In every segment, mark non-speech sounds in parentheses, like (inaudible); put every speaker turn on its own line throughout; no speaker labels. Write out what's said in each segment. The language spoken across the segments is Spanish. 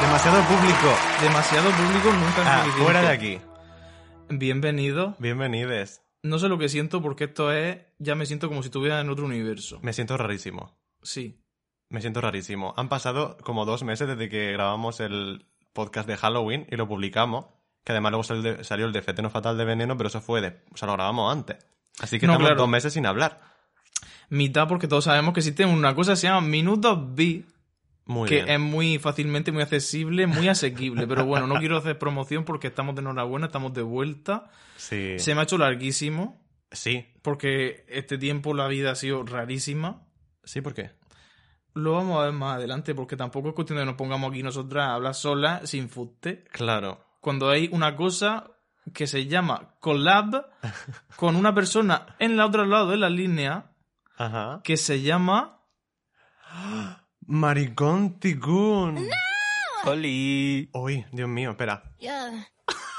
Demasiado público. Demasiado público nunca es
Ah,
suficiente.
fuera de aquí.
Bienvenido.
Bienvenides.
No sé lo que siento porque esto es... Ya me siento como si estuviera en otro universo.
Me siento rarísimo.
Sí.
Me siento rarísimo. Han pasado como dos meses desde que grabamos el podcast de Halloween y lo publicamos. Que además luego sal- de- salió el de Feteno Fatal de Veneno, pero eso fue de. O sea, lo grabamos antes. Así que
No,
estamos
claro.
dos meses sin hablar.
Mitad porque todos sabemos que existe una cosa que se llama Minutos B,
Muy
que em-
bien.
es muy fácilmente, muy accesible, muy asequible. Pero bueno, no quiero hacer promoción porque estamos de enhorabuena, estamos de vuelta.
Sí.
Se me ha hecho larguísimo
Sí.
porque este tiempo la vida ha sido rarísima.
Sí, ¿por qué?
Lo vamos a ver más adelante porque tampoco es cuestión de que nos pongamos aquí nosotras a hablar solas sin fuste.
Claro.
Cuando hay una cosa que se llama collab con una persona en el otro lado de la línea
Ajá.
que se llama...
Maricón Ticún.
¡Holi!
Uy, Dios mío, espera.
Yeah.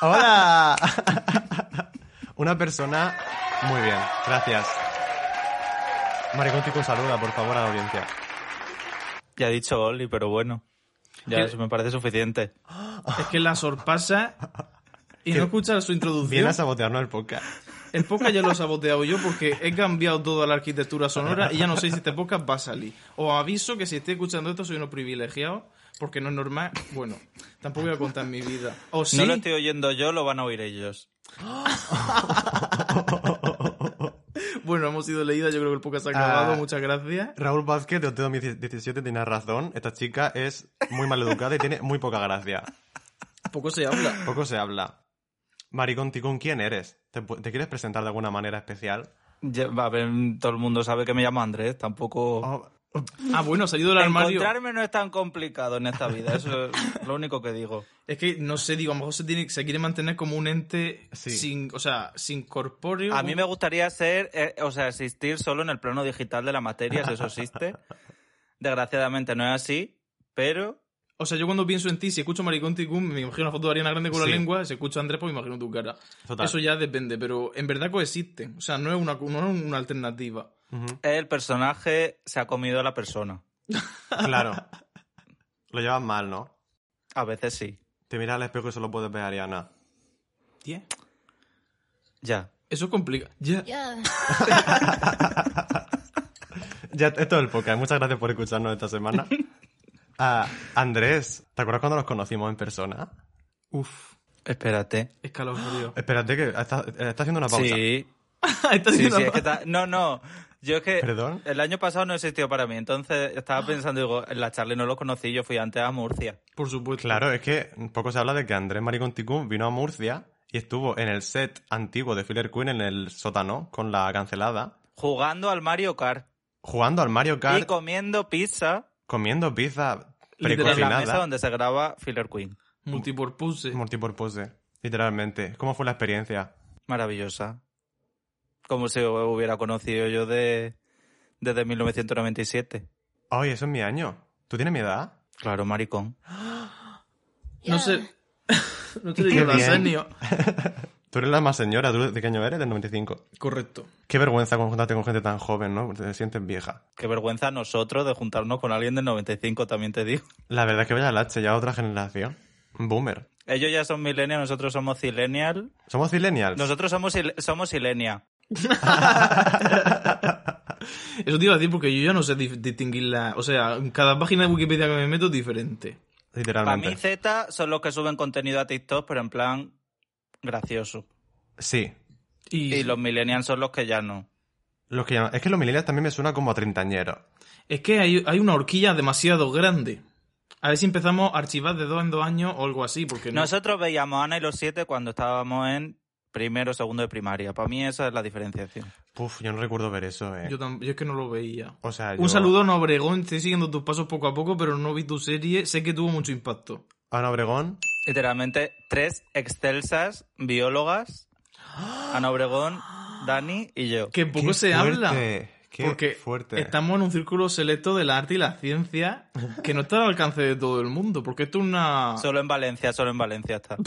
¡Hola! Una persona. Muy bien, gracias. Maricón Ticún, saluda, por favor, a la audiencia.
Ya he dicho Oli, pero bueno. Ya
¿Qué?
eso me parece suficiente.
Es que la sorpasa y no escucha su introducción.
Viene a sabotearnos el podcast.
El podcast ya lo he saboteado yo porque he cambiado toda la arquitectura sonora y ya no sé si este podcast va a salir. Os aviso que si estoy escuchando esto soy uno privilegiado porque no es normal. Bueno, tampoco voy a contar mi vida. O sí,
No lo estoy oyendo yo, lo van a oír ellos.
bueno, hemos sido leídas, yo creo que el podcast se ha acabado,
Ah.
muchas gracias.
Raúl Vázquez de Oteo 17 tiene razón. Esta chica es muy maleducada y tiene muy poca gracia.
Poco se habla.
Poco se habla. Maricón Ticún, ¿quién eres? ¿Te, pu- te quieres presentar de alguna manera especial?
Ya- va a ver, todo el mundo sabe que me llamo Andrés, tampoco...
Oh,
Ah, bueno, ha salido del armario.
Encontrarme no es tan complicado en esta vida, eso es lo único que digo.
Es que no sé, digo, a lo mejor se, tiene, se quiere mantener como un ente
Sí.
sin, o sea, sin corpóreo.
A mí me gustaría ser, eh, o sea, existir solo en el plano digital de la materia, si eso
(laughs)
existe. Desgraciadamente no es así, pero
O sea, yo cuando pienso en ti, si escucho Maricón Ticum, me imagino una foto de Ariana Grande con
Sí.
la lengua, si escucho a Andrés, pues me imagino tu cara.
Total.
Eso ya depende, pero en verdad coexisten. O sea, no es una, no es una alternativa.
ujú,
el personaje se ha comido a la persona.
Claro. Lo llevas mal, ¿no?
A veces sí,
Te miras al espejo y solo puedes ver a Ariana.
ya.
Eso es complicado. Ya.
Yeah.
Ya, esto es todo el podcast. Muchas gracias por escucharnos esta
(laughs)
semana. Ah, Andrés, ¿te acuerdas cuando nos conocimos en persona?
Uf,
Espérate.
(laughs)
escalofrío.
Espérate, que está, está haciendo una pausa.
Sí,
Está
sí,
haciendo
sí,
la- (laughs)
es que ta- No, no, yo es que
¿Perdón?
el año pasado no existió para mí, entonces estaba pensando, digo, en la charla no lo conocí, yo fui antes a Murcia.
Por supuesto.
Claro, es que poco se habla de que Andrés Maricón Ticún vino a Murcia y estuvo en el set antiguo de Filler Queen en el sótano con la cancelada,
Jugando al Mario Kart
jugando al Mario
y
Kart,
comiendo pizza
comiendo pizza
en la mesa
precocinada,
donde se graba Filler Queen.
Multipurpose.
multipurpose, literalmente. ¿Cómo fue la experiencia?
Maravillosa. Como si hubiera conocido yo de, desde 1997.
Ay, eso es mi año. ¿Tú tienes mi edad?
Claro, maricón.
Yeah.
No sé. (laughs) no te
Qué
digo
bien.
Arsenio.
Tú eres la más señora, ¿tú de qué año eres? Del 95.
Correcto.
Qué vergüenza conjuntarte con gente tan joven, ¿no? Te sientes vieja.
Qué vergüenza a nosotros de juntarnos con alguien del 95, también te digo.
La verdad es que vaya lache, ya otra generación. Boomer.
Ellos ya son millennials, nosotros somos zillennial.
Somos millennials.
Nosotros somos, sil- somos silenia.
Eso te iba a decir porque yo ya no sé dif- distinguir la. O sea, cada página de Wikipedia que me meto es diferente.
Para
Literalmente.
mí Z son los que suben contenido a TikTok, pero en plan gracioso.
Sí.
Y,
Y los millennials son los que ya no.
Los que llaman- Es que los millennials también me suena como a treintañeros.
es que hay, hay una horquilla demasiado grande. A ver si empezamos a archivar de dos en dos años o algo así, porque no.
Nosotros veíamos a Ana y los siete cuando estábamos en primero o segundo de primaria. Para mí esa es la diferenciación.
Puf, yo no recuerdo ver eso, eh.
Yo, tam- yo es que no lo veía.
O sea, yo...
Un saludo a Ana Obregón, estoy siguiendo tus pasos poco a poco, pero no vi tu serie, sé que tuvo mucho impacto.
Ana Obregón.
Literalmente tres excelsas
(gasps)
biólogas, Ana Obregón, Dani y yo.
Que poco
Qué
se
fuerte,
habla.
Qué
porque
fuerte.
estamos en un círculo selecto de la arte y la ciencia que no está al alcance de todo el mundo, porque esto es una...
Ah. Solo en Valencia, solo en Valencia está.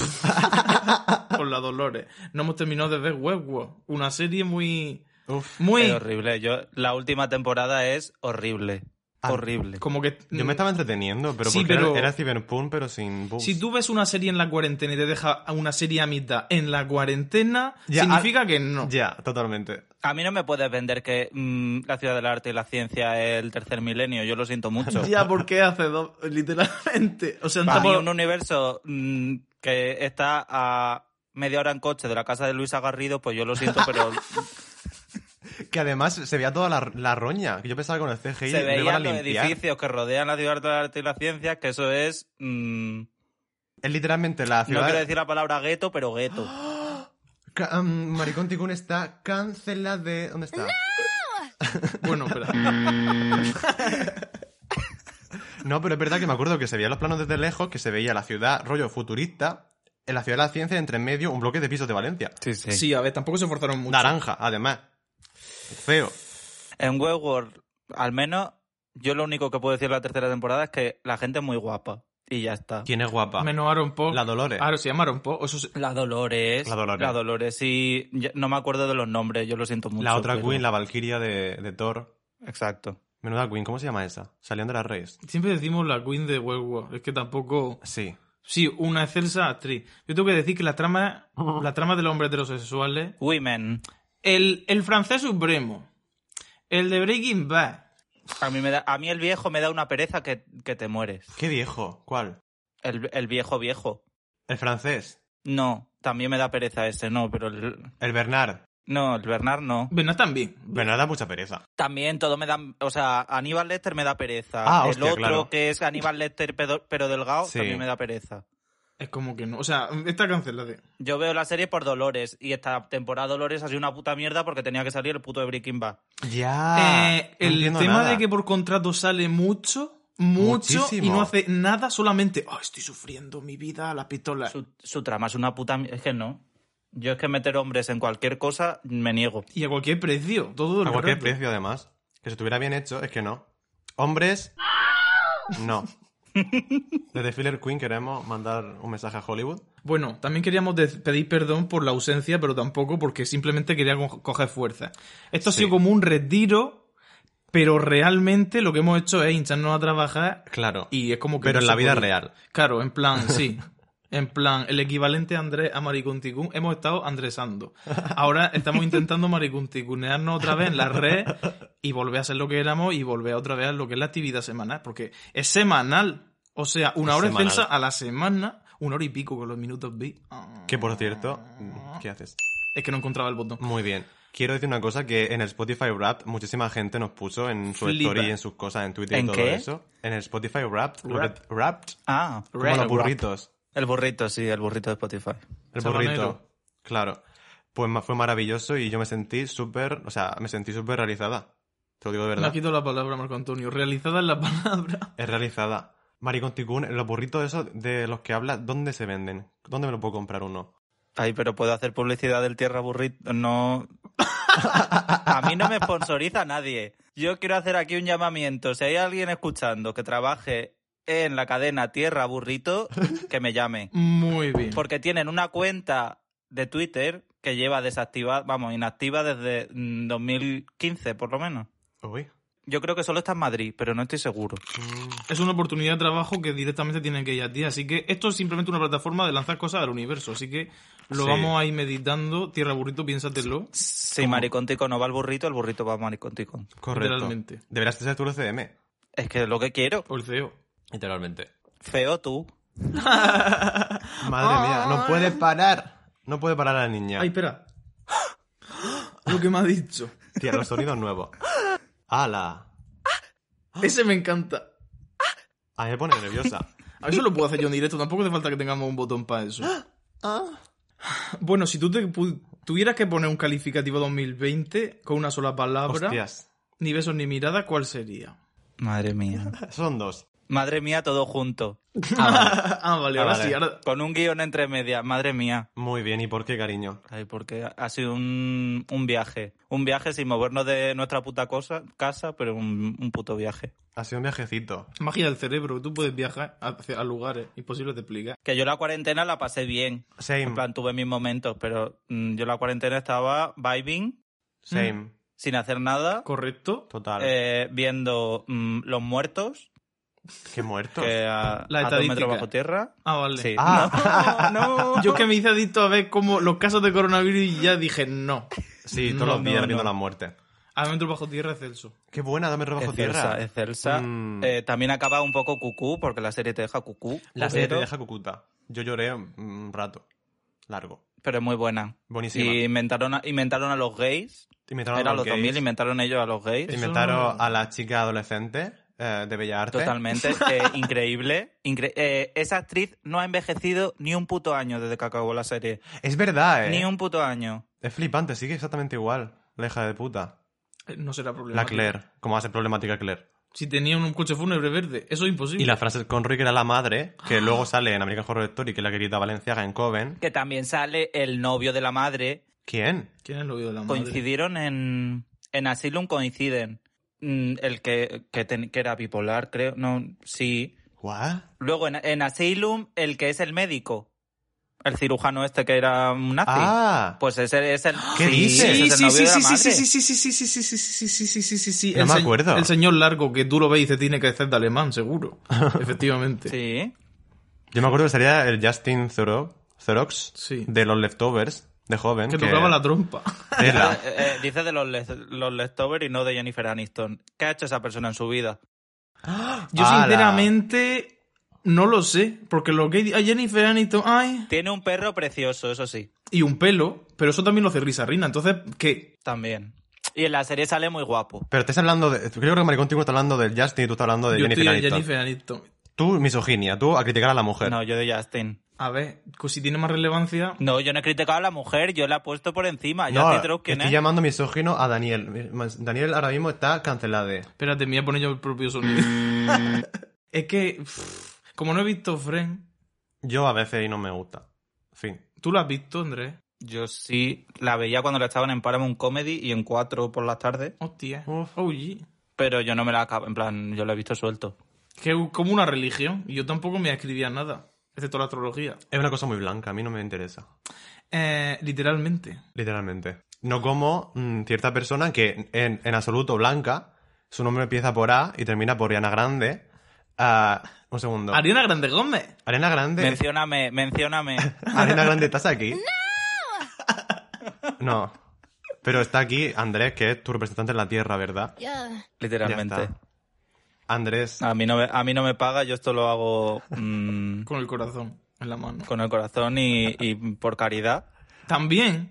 con la Dolores. No hemos terminado de ver Westworld, una serie muy...
Uf.
Muy...
Es horrible. Yo, la última temporada es horrible.
Ah,
horrible.
Como que.
Yo me estaba entreteniendo, pero
Sí,
porque era-
pero-
era Cyberpunk, pero sin bugs.
Si tú ves una serie en la cuarentena y te deja a una serie a mitad en la cuarentena,
Ya, ah,
significa que no.
Ya, totalmente.
A mí no me puedes vender que mm, la ciudad del arte y la ciencia es el tercer milenio, yo lo siento
(laughs)
mucho.
Ya, porque hace dos. Literalmente. O sea, han
Para mí
tapado-
un universo mm, que está a media hora en coche de la casa de Luis Agarrido, pues yo lo siento, pero
Que además se veía toda la, la roña. Que yo pensaba que con el CGI
se
lo iban a
veían los
limpiar.
edificios que rodean la ciudad del arte y la ciencia, que eso es... mm,
Es literalmente la
no
ciudad.
quiero decir la palabra gueto, pero gueto.
Ca- um, Maricón Ticún está cancelada de. ¿Dónde está?
Bueno, espera.
No, pero es verdad que me acuerdo que se veían los planos desde lejos, que se veía la ciudad rollo futurista, en la ciudad de la ciencia, entre en medio un bloque de pisos de Valencia.
Sí, a ver, tampoco se forzaron mucho.
Naranja, además. Feo.
En Westworld, al menos, yo lo único que puedo decir de la tercera temporada es que la gente es muy guapa. Y ya está.
¿Quién es guapa?
Menos Aaron Paul.
La eh. Dolores.
Ahora se llama Aaron Paul. O eso es-
La Dolores.
La Dolores.
La Dolores, sí. ya- no me acuerdo de los nombres, yo lo siento mucho.
la otra
pero-
Queen, la Valkyria de, de Thor.
Exacto.
Menuda Queen, ¿cómo se llama esa? Saliendo de las Reyes.
Siempre decimos la Queen de Westworld. Es que tampoco.
Sí.
Sí, una excelsa actriz. Yo tengo que decir que la trama, la trama de los hombres heterosexuales.
Women.
El, el francés supremo. El de Breaking Bad.
A mí, me da- a mí el viejo me da una pereza que, que te mueres.
¿Qué viejo? ¿Cuál?
El, el viejo viejo.
El francés.
No, también me da pereza ese, no, pero el,
El Bernard.
no, el Bernard no.
Bernard también.
Bernard da mucha pereza.
También todo me da, o sea, Aníbal Lester me da pereza.
Ah,
el
hostia,
otro
claro.
que es Aníbal Lester pero, pero delgado
Sí.
también me da pereza.
Es como que no. O sea, está cancelada.
Yo veo la serie por Dolores y esta temporada Dolores ha sido una puta mierda porque tenía que salir el puto de Breaking Bad.
Ya. Ah,
Eh,
no
el
entiendo
tema
nada.
de que por contrato sale mucho, mucho y
Muchísimo.
no hace nada, solamente. "Oh, estoy sufriendo mi vida, la pistola.
Su, su trama es una puta mierda. Es que no. Yo es que meter hombres en cualquier cosa me niego.
Y a cualquier precio, todo el
A cualquier
rato.
precio, además. Que si estuviera bien hecho, es que no. Hombres. No. Desde Filler Queen queremos mandar un mensaje a Hollywood.
Bueno, también queríamos de- pedir perdón por la ausencia, pero tampoco porque simplemente quería co- coger fuerza. Esto
Sí.
ha sido como un retiro, pero realmente lo que hemos hecho es hincharnos a trabajar
Claro.
y es como que...
Pero
no
en
se
la vida
podía.
real.
Claro, en plan,
(laughs)
sí. En plan, el equivalente a Andrés a Maricunticún, hemos estado andresando. Ahora estamos intentando maricunticunearnos otra vez en la red y volver a ser lo que éramos y volver otra vez a lo que es la actividad semanal, porque es semanal. O sea, una
Es
hora
semanal.
excelsa a la semana, una hora y pico con los minutos B. Ah.
Que por cierto. ¿Qué haces?
Es que no encontraba el botón.
Muy bien. Quiero decir una cosa que en el Spotify Wrapped muchísima gente nos puso en su
Flipa.
story y en sus cosas en Twitter
¿En
y todo
qué?
eso. En el Spotify Wrapped, lo
Wrapped.
que- Wrapped,
Ah,
como los burritos.
el burrito, sí, el burrito de Spotify.
El
Sabanero.
burrito. Claro. Pues ma- fue maravilloso y yo me sentí súper, o sea, me sentí súper realizada. Te lo digo de
Me ha
verdad.
quitado la palabra, Marco Antonio. Realizada es la palabra. (laughs)
Es realizada. Maricón Ticún, los burritos esos de los que hablas, ¿dónde se venden? ¿Dónde me lo puedo comprar uno?
Ay, pero puedo hacer publicidad del Tierra Burrito. No. (laughs) A mí no me sponsoriza nadie. Yo quiero hacer aquí un llamamiento. Si hay alguien escuchando que trabaje en la cadena Tierra
(laughs)
Burrito, que me llame.
Muy bien.
Porque tienen una cuenta de Twitter que lleva desactivada, vamos, inactiva desde mm, 2015, por lo menos.
Uy.
Yo creo que solo está en Madrid, pero no estoy seguro.
Mm,
Es una oportunidad de trabajo que directamente tienen que ir a ti. Así que esto es simplemente una plataforma de lanzar cosas al universo. Así que lo
Sí.
vamos a ir meditando. Tierra burrito, piénsatelo.
Si Maricontico no va al burrito, el burrito va a Maricontico.
Correcto.
Literalmente.
Deberías ser tú el CM.
Es que es lo que quiero.
O el CEO.
Literalmente.
Feo tú.
Madre mía, no puede parar. No puede parar la niña.
Ay, espera. Lo que me ha dicho.
Tía, los sonidos nuevos. ¡Hala!
Ese me encanta.
A mí me pone
(laughs)
nerviosa.
A eso lo puedo hacer yo en directo. Tampoco hace falta que tengamos un botón para eso.
Ah.
Bueno, si tú te pu- tuvieras que poner un calificativo 2020 con una sola palabra,
Hostias.
ni besos ni mirada, ¿cuál sería? (laughs)
Madre mía.
Son dos.
Madre mía, todo junto.
ah, vale,
Ah,
ahora
vale.
sí. Ahora...
Con un guión entre medias. Madre mía.
Muy bien, ¿y por qué, cariño?
Ay, porque ha sido un, un viaje. Un viaje sin movernos de nuestra puta cosa, casa, pero un, un puto viaje.
Ha sido un viajecito.
Magia del cerebro, tú puedes viajar hacia- a lugares imposibles de explicar.
Que yo la cuarentena la pasé bien.
Same.
En plan, tuve mis momentos, pero mm, yo la cuarentena estaba vibing.
Same.
sin hacer nada,
¿Correcto?
Total.
eh, viendo mm, los muertos,
Qué muertos.
que a,
La
a dos
estadística.
metros bajo tierra.
Ah, vale.
Sí.
Ah. (laughs)
No, no. (laughs)
Yo que me hice adicto a ver como los casos de coronavirus y ya dije no.
Sí, todos
No,
los días
no,
viendo
no.
la muerte.
A metro bajo tierra es Celso.
Qué buena, dame rojo
Excelsa,
tierra.
excelsa.
Mm.
Eh, también acaba un poco cucú, porque la serie te deja cucú.
La serie te
pero-
deja cucuta. Yo lloré un- un rato. Largo.
Pero es muy buena.
Buenísima.
Y inventaron a, inventaron a los gays.
Inventaron
Era
a los
los 2000,
gays.
inventaron ellos a los gays.
Eso
Inventaron
no-
a la chica adolescente eh, de Bellas Artes. (laughs)
Totalmente, eh, increíble. Incre- eh, esa actriz no ha envejecido ni un puto año desde que acabó la serie.
Es verdad, eh.
Ni un puto año.
Es flipante, sigue exactamente igual. La hija de puta.
Eh, No será problema.
La Claire. ¿Cómo va a ser problemática Claire?
Si tenía un coche fúnebre verde, eso es imposible.
Y la frase con Roy, que era la madre,
Ah.
que luego sale en American Horror Story, que es la querida Valenciaga en Coven.
Que también sale el novio de la madre.
¿Quién?
¿Quién es el novio de la madre?
Coincidieron en, en Asylum, coinciden. Mm, El que, que, ten- que era bipolar, creo. No, sí.
¿What?
Luego en, en Asylum, el que es el médico. El cirujano este que era un nazi.
Ah,
Pues ese es el.
¿Qué dices?
ese
Sí,
es el
sí,
novio
sí,
de la
sí, sí,
madre.
sí, sí, sí, sí, sí, sí, sí, sí, sí, sí, sí, sí, sí.
No
El
me
se-
acuerdo.
El señor largo que tú lo ves y dices tiene que ser de alemán,
(laughs)
seguro. Efectivamente.
Sí.
yo me acuerdo que sería el Justin Zoro- Zorox
Sí.
de los Leftovers, de joven.
Que tocaba la trompa.
Tela.
Eh, eh, dice de los, les- los leftovers y no de Jennifer Aniston. ¿Qué ha hecho esa persona en su vida?
Yo
Ala.
sinceramente no lo sé, porque lo que hay Jennifer Aniston, ay,
Tiene un perro precioso, eso sí,
y un pelo, pero eso también lo hace Risa Rina, entonces ¿qué?
también. Y en la serie sale muy guapo.
Pero estás hablando de. Creo que Maricón Tico está hablando del Justin y tú estás hablando de
Yo
Jennifer
estoy
Aniston.
Jennifer Aniston.
Tú, misoginia, tú a criticar a la mujer.
No, yo de Justin.
A ver, pues si tiene más relevancia,
No, yo no he criticado a la mujer, yo la he puesto por encima.
No,
Justin Trudeau, ¿quién
estoy
¿eh?
es?
llamando misógino a Daniel. Daniel ahora mismo está cancelado.
espérate, me voy a poner yo el propio sonido.
Mm.
(laughs) es que, pff, como no he visto Friends,
Yo a veces y no me gusta. En fin.
tú lo has visto, Andrés.
Yo sí la veía cuando la echaban en Paramount Comedy y en cuatro por las tardes,
Hostia,
Uf.
oye,
pero yo no me la acabo. En plan, yo la he visto suelto.
que es como una religión, y yo tampoco me escribía nada, excepto la astrología.
Es una cosa muy blanca, a mí no me interesa.
Eh, literalmente.
Literalmente. No como mm, cierta persona que en, en absoluto blanca, su nombre empieza por A y termina por Ariana Grande. Ah, un segundo.
Ariana Grande Gómez.
Ariana Grande.
Mencióname, mencióname.
Ariana Grande, ¿estás aquí? No. Pero está aquí Andrés, que es tu representante en la Tierra, ¿verdad?
Yeah.
Ya
Literalmente.
está. Andrés,
Ah,
A mí, no me, a mí no me paga, yo esto lo hago mm,
Con el corazón en la mano.
con el corazón y, y por caridad. (laughs)
También,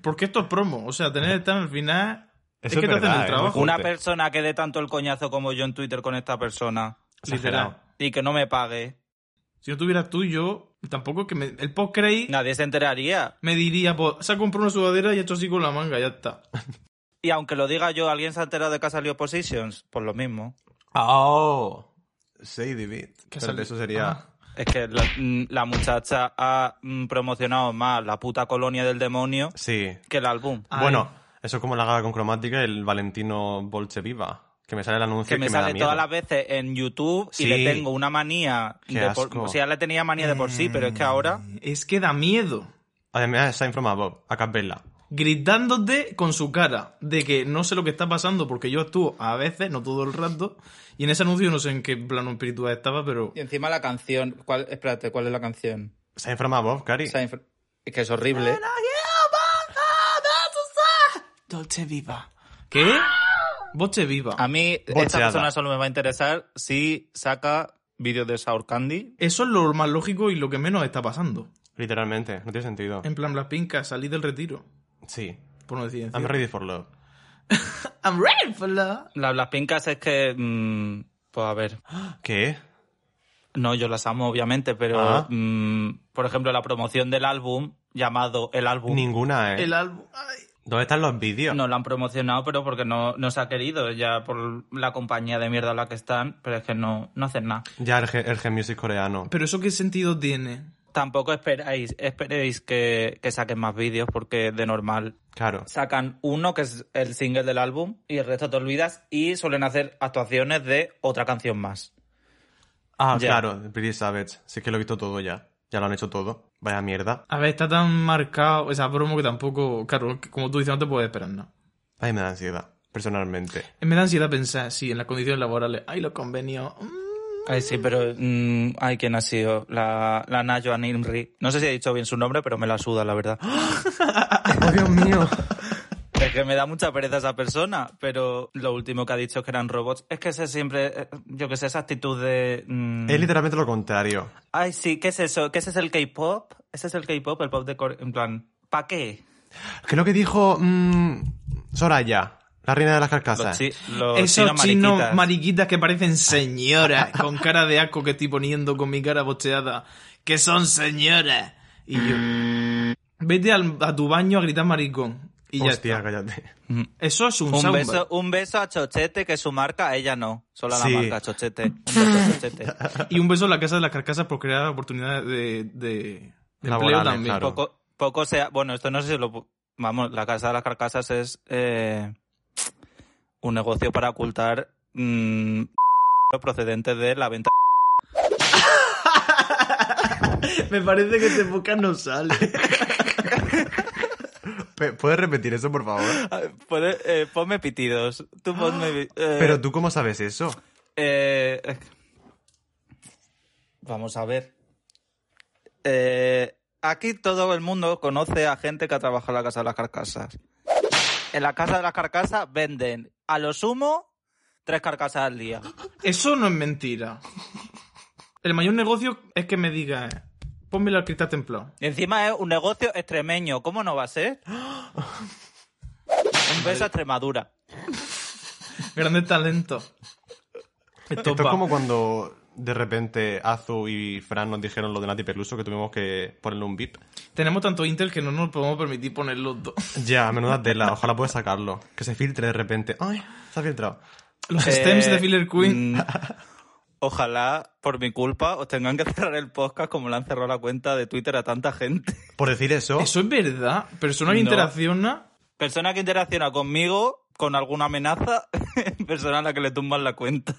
porque esto es promo. O sea, tener tan al final.
Eso
es que
es
te hacen
verdad,
el
¿eh?
trabajo.
Una
Joder.
persona que dé tanto el coñazo como yo en Twitter con esta persona
exagerado.
literal.
y que no me pague,
Si no tuvieras tú y yo, tampoco es que me, el post creí
nadie se enteraría.
me diría, pues, se ha comprado una sudadera y esto así con la manga, ya está.
Y aunque lo diga yo, ¿alguien se ha enterado de que ha salido Positions? Por lo mismo.
Oh, Sadie Beat.
Que
Pero
sale-
Eso sería.
Ah.
Es que la, mm, la muchacha ha mm, promocionado más la puta colonia del demonio
Sí.
que el álbum.
Ay.
Bueno, eso es como la gaga con cromática y el Valentino Bolcheviva. Que me sale el anuncio
Que
y
me
da
sale
miedo.
todas las veces en YouTube y
Sí.
le tengo una manía.
Qué
de por-
asco.
o sea, le tenía manía de por sí, pero es que ahora.
Es que da miedo.
Además, Sign from Above, a capella.
Gritándote con su cara de que no sé lo que está pasando porque yo actúo a veces, no todo el rato. Y en ese anuncio no sé en qué plano espiritual estaba, pero.
Y encima la canción. ¿cuál, espérate, ¿cuál es la canción?
Sign from Above, Cari.
Esa inf- es que es horrible.
Dolce Viva. ¿Qué? Boche Viva.
A mí, esta
Bocheada.
persona solo me va a interesar si saca vídeos de Sour Candy.
Eso es lo más lógico y lo que menos está pasando.
Literalmente, no tiene sentido.
En plan, Black Pinka, salí del retiro.
Sí.
Por no decir encima.
I'm ready for love.
I'm ready for love.
La- las pincas es que. mm, pues a ver.
¿Qué?
No, yo las amo, obviamente, pero.
Ah.
mm, por ejemplo, la promoción del álbum, llamado El álbum.
Ninguna, ¿eh?
El álbum. Ay.
¿Dónde están los vídeos?
No la han promocionado, pero porque no, no se ha querido, ya por la compañía de mierda en la que están, pero es que no, no hacen nada.
Ya, el, G- el G-Music coreano.
Pero eso qué sentido tiene.
Tampoco esperáis, esperéis que, que saquen más vídeos, porque de normal
Claro.
sacan uno que es el single del álbum y el resto te olvidas y suelen hacer actuaciones de otra canción más.
Ah,
Ya.
claro, Pretty Savage. Sí que lo he visto todo ya. Ya lo han hecho todo. Vaya mierda.
A ver, está tan marcado esa promo que tampoco. Claro, que como tú dices, no te puedes esperar nada. Eh,
Ay, me da ansiedad, personalmente.
Me da ansiedad pensar, sí, en las condiciones laborales. Ay, los convenios. mm.
Ay, sí, pero. mm, ay, ¿quién ha sido? La, la Nayo Animri. No sé si he dicho bien su nombre, pero me la suda, la verdad.
Oh, Dios mío.
Es que me da mucha pereza esa persona, pero lo último que ha dicho que eran robots es que ese siempre. eh, Yo que sé, esa actitud de. mm,
Es literalmente lo contrario.
Ay, sí, ¿qué es eso? ¿Qué ese es el K-pop? Ese es el K-pop, el pop de Corea. En plan, ¿pa qué?
Creo que dijo mm, Soraya, la reina de las
Los,
carcasas.
chi- los
Esos
chinos
chinos
mariquitas.
mariquitas que parecen señoras, con cara de asco que estoy poniendo con mi cara bocheada, que son señoras. Y yo, vete al- a tu baño a gritar maricón. Y ya
Hostia,
está.
cállate. (laughs)
Mm.
Eso es un,
Un
soundbite.
beso, un beso a Chochete, que es su marca, a ella no. Solo a la
Sí.
marca, Chochete. Un beso a Chochete.
Y un beso en la casa de las carcasas por crear oportunidades de, de, de empleo
Laborales,
también.
claro.
Poco, poco sea. Bueno, esto no sé si lo. pu- Vamos, la Casa de las Carcasas es eh, un negocio para ocultar mm, (laughs) procedente de la venta. (laughs)
Me parece que este podcast no sale.
Pe- ¿Puedes repetir eso, por
(laughs)
favor?
Ay, puede- eh, ponme pitidos. Tú ponme. vi- eh,
(gasps) Pero tú, ¿cómo sabes eso?
eh, eh. vamos a ver. Eh, aquí todo el mundo conoce a gente que ha trabajado en la Casa de las Carcasas. En la Casa de las Carcasas venden a lo sumo tres carcasas al día.
(laughs) Eso no es mentira. El mayor negocio es que me diga, ponme la cristal templado.
Y encima es un negocio extremeño. ¿Cómo no va a ser? Un beso a Extremadura.
Grande talento. Esto,
Esto
va.
es como cuando de repente Azu y Fran nos dijeron lo de Nati Peluso que tuvimos que ponerle un bip.
Tenemos tanto Intel que no nos podemos permitir poner los dos.
(laughs) Ya, menuda tela, ojalá puedas sacarlo. Que se filtre de repente. Ay, se ha filtrado.
Los stems
Eh,
de Filler Queen.
mm, Ojalá, por mi culpa, os tengan que cerrar el podcast como le han cerrado la cuenta de Twitter a tanta gente.
Por decir eso,
Eso es verdad. Persona que
No.
interacciona.
Persona que interacciona conmigo con alguna amenaza, (laughs) persona a la que le tumban la cuenta.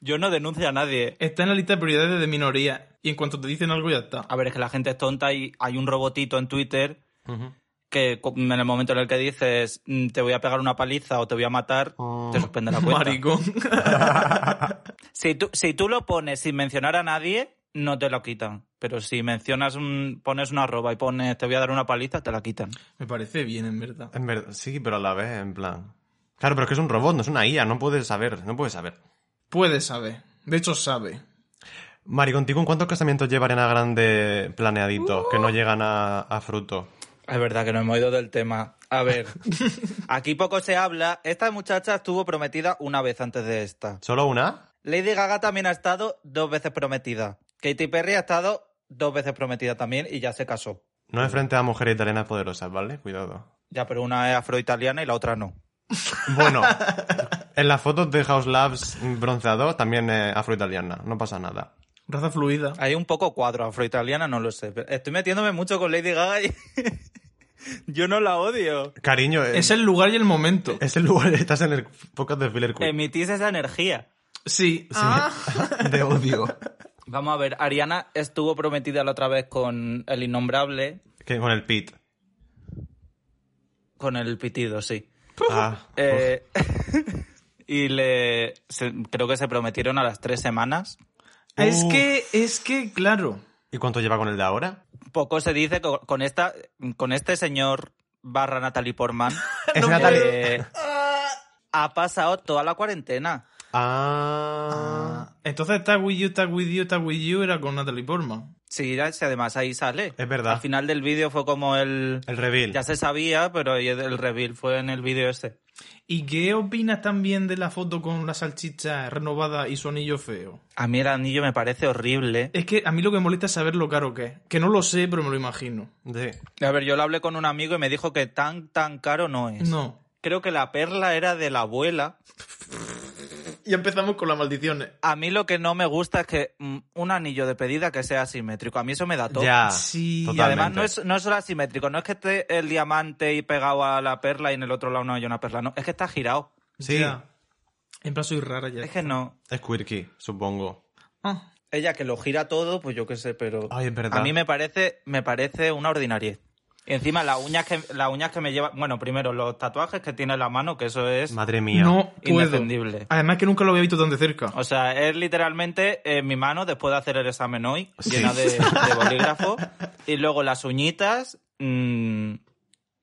Yo no denuncio a nadie.
Está en la lista de prioridades de minoría. Y en cuanto te dicen algo, ya está.
A ver, es que la gente es tonta y hay un robotito en Twitter
Ujú.
que co- en el momento en el que dices mm, te voy a pegar una paliza o te voy a matar,
Oh.
te suspende la cuenta.
Maricón. (laughs)
Si tú, si tú lo pones sin mencionar a nadie, no te lo quitan. Pero si mencionas un, pones una arroba y pones te voy a dar una paliza, te la quitan.
Me parece bien, en verdad.
en verdad, sí, pero a la vez, en plan. Claro, pero es que es un robot, no es una IA, no puedes saber, no puedes saber.
Puede saber. De hecho, sabe.
Mari, contigo, ¿en cuántos casamientos lleva Arena Grande planeaditos que no llegan a, a fruto?
Es verdad que no hemos ido del tema. A (laughs) ver, aquí poco se habla. Esta muchacha estuvo prometida una vez antes de esta.
¿Solo una?
Lady Gaga también ha estado dos veces prometida. Katy Perry ha estado dos veces prometida también y ya se casó.
No es frente a mujeres italianas poderosas, ¿vale? Cuidado.
Ya, pero una es afroitaliana y la otra no.
Bueno, en las fotos de House Labs bronceado también es afroitaliana, no pasa nada.
Raza fluida.
Eh,
Hay un poco cuadro afroitaliana, no lo sé. pero Estoy metiéndome mucho con Lady Gaga y (laughs) yo no la odio.
Cariño, eh,
Es el lugar y el momento.
es el lugar, (laughs) estás en el podcast de Filler Queen.
Emitís esa energía.
Sí.
(laughs) De odio.
Vamos a ver, Ariana estuvo prometida la otra vez con el innombrable,
Que con el pit.
con el pitido, sí.
Ah,
Eh, (laughs) y le se- creo que se prometieron a las tres semanas.
Es que, es que, claro.
¿Y cuánto lleva con el de ahora?
Poco se dice co- con esta, con este señor barra Natalie Portman.
(laughs) Es Natalie.
eh, ha pasado toda la cuarentena.
Ah,
Entonces, está with you, está with you, está with you era con Natalie Portman.
Sí, ya- sí, además ahí sale.
Es verdad.
Al final del vídeo fue como el.
El reveal.
Ya se sabía, pero ahí el reveal fue en el vídeo este.
¿Y qué opinas también de la foto con la salchicha renovada y su anillo feo?
A mí el anillo me parece horrible.
Es que a mí lo que me molesta es saber lo caro que es. Que no lo sé, pero me lo imagino.
Sí.
A ver, yo lo hablé con un amigo y me dijo que tan, tan caro no es.
No.
Creo que la perla era de la abuela.
Y empezamos con las maldiciones.
A mí lo que no me gusta es que mm, un anillo de pedida que sea asimétrico. A mí eso me da todo.
Ya.
Sí, y
Y además no
totalmente.
es, no es solo asimétrico, no es que esté el diamante y pegado a la perla y en el otro lado no hay una perla, no, es que está girado.
Sí.
Ya. En plan, soy rara ya.
Es que no.
Es quirky, supongo.
Ah,
Ella que lo gira todo, pues yo qué sé, pero
Ay, es verdad.
a mí me parece, me parece una ordinariedad. Y encima las uñas que, las uñas que me lleva. Bueno, primero los tatuajes que tiene en la mano, que eso es.
Madre mía.
No puedo.
Indefendible.
Además que nunca lo había visto tan de cerca.
O sea, es literalmente eh, mi mano después de hacer el examen hoy, llena (laughs) de, de bolígrafo. Y luego las uñitas, mm,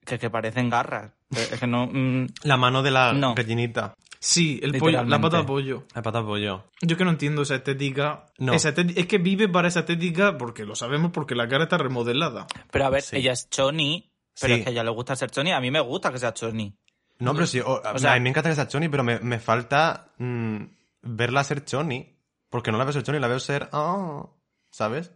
que, que parecen garras. Es es que no. mm,
La mano de la
No.
gallinita.
Sí, el pollo, la
Literalmente.
pata de pollo.
La pata de pollo.
Yo que no entiendo esa estética.
No.
Esa estet- es que vive para esa estética porque lo sabemos porque la cara está remodelada.
pero a ver,
Sí.
ella es choni, pero
Sí.
es que a ella le gusta ser choni. A mí me gusta que sea choni.
No, pero sí. O,
sea-
a mí me encanta que sea Choni, pero me, me falta mm, verla ser Choni. Porque no la veo ser Choni, la veo ser. "Ah", ¿Sabes?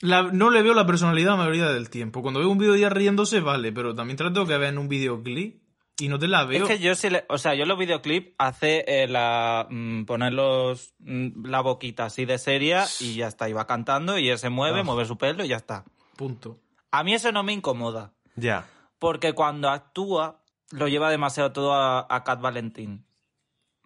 La- no le veo la personalidad la mayoría del tiempo. Cuando veo un vídeo de ella riéndose, vale, pero también te la tengo que ver en un videoclip y no te la veo.
Es que yo sí le- o sea, yo los videoclips hace eh, la mm, poner los mm, la boquita así de seria y ya está, y va cantando y él se mueve,
Ah.
mueve su pelo y ya está.
Punto.
A mí eso no me incomoda,
Ya.
porque cuando actúa lo lleva demasiado todo a, a Cat Valentín.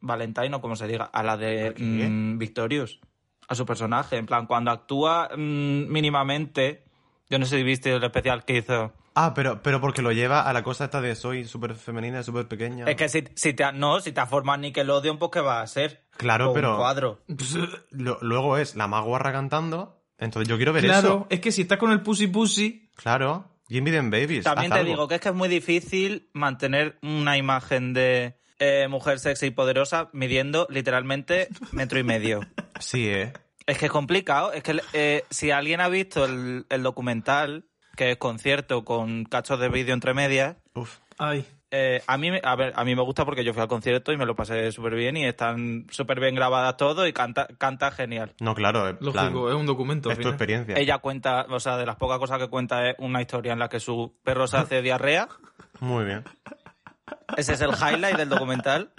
Valentine o como se diga, a la
¿A
de
qué?
mm, Victorious, a su personaje, en plan cuando actúa mm, mínimamente, yo no sé si viste el especial que hizo
Ah, pero, pero porque lo lleva a la cosa esta de soy súper femenina, súper pequeña.
Es que si, si te ha- no, si te has formado en Nickelodeon, pues ¿qué va a ser?
Claro,
Pues,
pero-
Un cuadro.
(laughs) Lo- luego es la maguarra cantando. Entonces yo quiero ver
claro,
eso.
es que si estás con el pussy pussy,
Claro. Give me them babies.
También
haz
te
algo.
digo que es que es muy difícil mantener una imagen de eh, mujer sexy y poderosa midiendo
(laughs)
literalmente metro y medio.
Sí, eh.
es que es complicado. Es que eh, si alguien ha visto el, el documental, que es concierto con cachos de vídeo entre medias,
Uf.
ay,
eh, a, mí, me- a, ver, a mí me gusta porque yo fui al concierto y me lo pasé súper bien y están súper bien grabadas todo y canta, canta genial.
No, claro. en plan,
lógico, es un documento. al
es tu
final.
experiencia.
Ella cuenta, o sea, de las pocas cosas que cuenta es una historia en la que su perro se hace diarrea.
Muy bien.
Ese es el highlight del documental.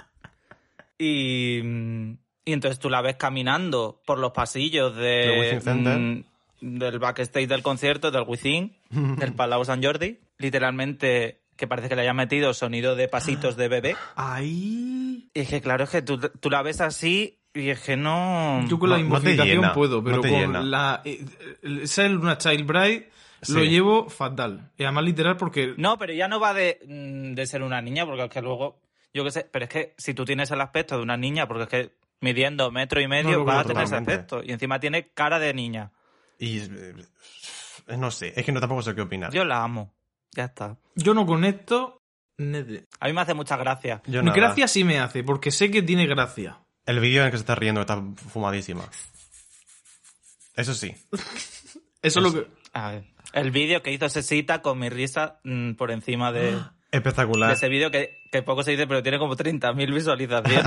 Y, mm, y entonces tú la ves caminando por los pasillos
Del
de,
Within Center.
mm, del backstage del concierto, del
(laughs)
Within, del Palau San Jordi. Literalmente, que parece que le hayan metido sonido de pasitos de bebé.
Ay.
Y es que, claro, es que tú, tú la ves así y es que no.
Yo con la
Mm, No- no te
inmobilización
llena,
puedo,
no
pero
te
con
llena.
la eh, el ser una child bride lo
Sí.
llevo fatal. Y además literal porque
No, pero ya no va de, mm, de ser una niña, porque es que luego, yo qué sé, pero es que si tú tienes el aspecto de una niña, porque es que midiendo metro y medio
No, no,
vas a
no,
tener ese
totalmente.
aspecto, y encima tiene cara de niña.
Y. eh, No sé. Es que no tampoco sé qué opinar.
Yo la amo, ya está.
yo no conecto. nede.
A mí me hace mucha gracia.
Yo nada.
Gracia sí me hace, porque sé que tiene gracia.
El vídeo en el que se está riendo está fumadísima. Eso sí.
Eso es lo que.
A ver, el vídeo que hizo Sesita con mi risa mm, por encima de, de
Espectacular.
ese vídeo que, que poco se dice, pero tiene como 30.000 visualizaciones.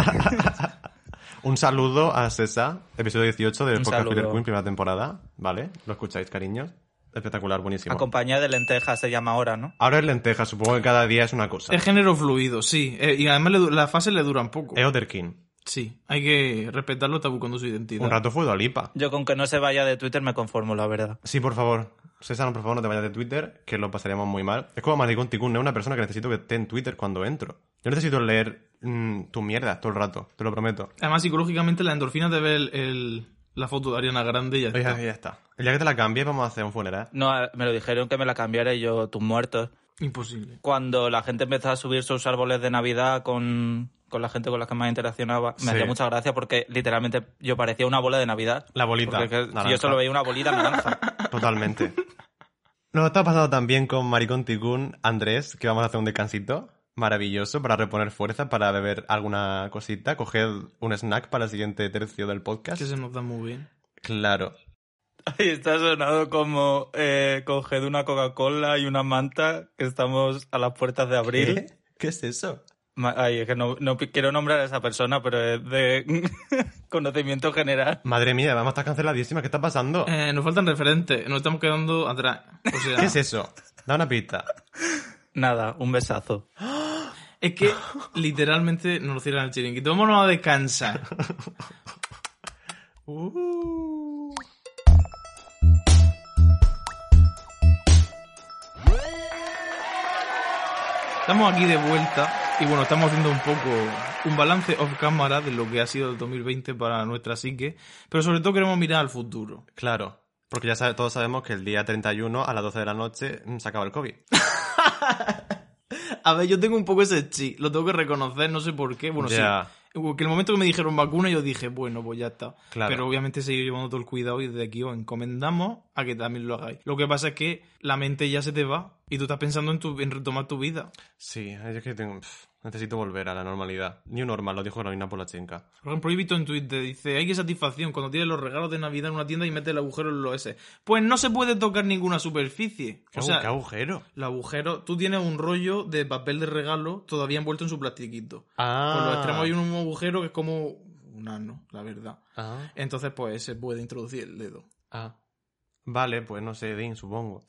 Un saludo a Sesa, episodio 18 de
Un
podcast
saludo.
Peter Quinn, primera temporada. ¿Vale? ¿Lo escucháis, cariños? Espectacular, buenísimo.
Acompañada de lentejas se llama ahora, ¿no?
Ahora es lenteja, supongo que cada día es una cosa.
Es género fluido, sí. Eh, y además le du- las fases le duran poco.
Eoterkin.
Sí, hay que respetarlo, está buscando su identidad.
Un rato fue Dolipa.
Yo con que no se vaya de Twitter me conformo, la verdad.
Sí, por favor. César, no, por favor, no te vayas de Twitter, que lo pasaríamos muy mal. Es como Maricón Ticún, es una persona que necesito que esté en Twitter cuando entro. Yo necesito leer mm, tu mierda todo el rato, te lo prometo.
Además, psicológicamente, la endorfina de ver el- el- la foto de Ariana Grande y ya
Ya,
está.
ya está. El día que te la cambies vamos a hacer un funeral.
No, eh, me lo dijeron que me la cambiara y yo, tus muertos.
Imposible.
cuando la gente empezó a subir sus árboles de Navidad con, con la gente con la que más interaccionaba, me
Sí.
hacía mucha gracia porque literalmente yo parecía una bola de Navidad.
La bolita.
Porque es que
naranja.
yo solo veía una bolita (laughs) naranja.
Totalmente. Nos está pasando también con Maricón Ticún, Andrés, que vamos a hacer un descansito maravilloso para reponer fuerza, para beber alguna cosita, coger un snack para el siguiente tercio del podcast.
Que se nos da muy bien.
Claro.
y está sonado como eh, coged una Coca-Cola y una manta que estamos a las puertas de abril.
¿Qué? ¿Qué es eso?
Ma- Ay, es que no, no pi- quiero nombrar a esa persona, pero es de (laughs) conocimiento general.
Madre mía, vamos a estar canceladísimas. ¿Qué está pasando?
Eh, nos faltan referentes, nos estamos quedando atrás. O
(laughs)
sea,
¿Qué es eso? Da una pista.
Nada, un besazo.
es (laughs) que literalmente nos cierran el chiringuito. Vámonos a (laughs) descansar. Uh. Estamos aquí de vuelta y bueno, estamos haciendo un poco un balance off cámara de lo que ha sido el 2020 para nuestra psique, pero sobre todo queremos mirar al futuro.
Claro. Porque ya sabe- todos sabemos que el día 31 a las 12 de la noche mm, se acaba el COVID.
A ver, yo tengo un poco ese chip, lo tengo que reconocer, no sé por qué. Bueno,
Ya.
sí. Que el momento que me dijeron vacuna, yo dije, bueno, pues ya está.
Claro.
Pero obviamente seguir llevando todo el cuidado y desde aquí os encomendamos a que también lo hagáis. Lo que pasa es que la mente ya se te va y tú estás pensando en, tu- en retomar tu vida.
Sí, es que tengo- pf, necesito volver a la normalidad. New normal, lo dijo Carolina Polachenka.
Por ejemplo, he visto en Twitter, dice, hay que satisfacción cuando tienes los regalos de Navidad en una tienda y metes el agujero en los S. Pues no se puede tocar ninguna superficie.
¿Qué,
o
agu-
sea,
qué agujero?
el agujero, tú tienes un rollo de papel de regalo todavía envuelto en su plastiquito.
Ah.
Por los extremos hay un agujero que es como un ano, la verdad.
Ah,
Entonces, pues se puede introducir el dedo.
ah. Vale, pues no sé, Dean, supongo.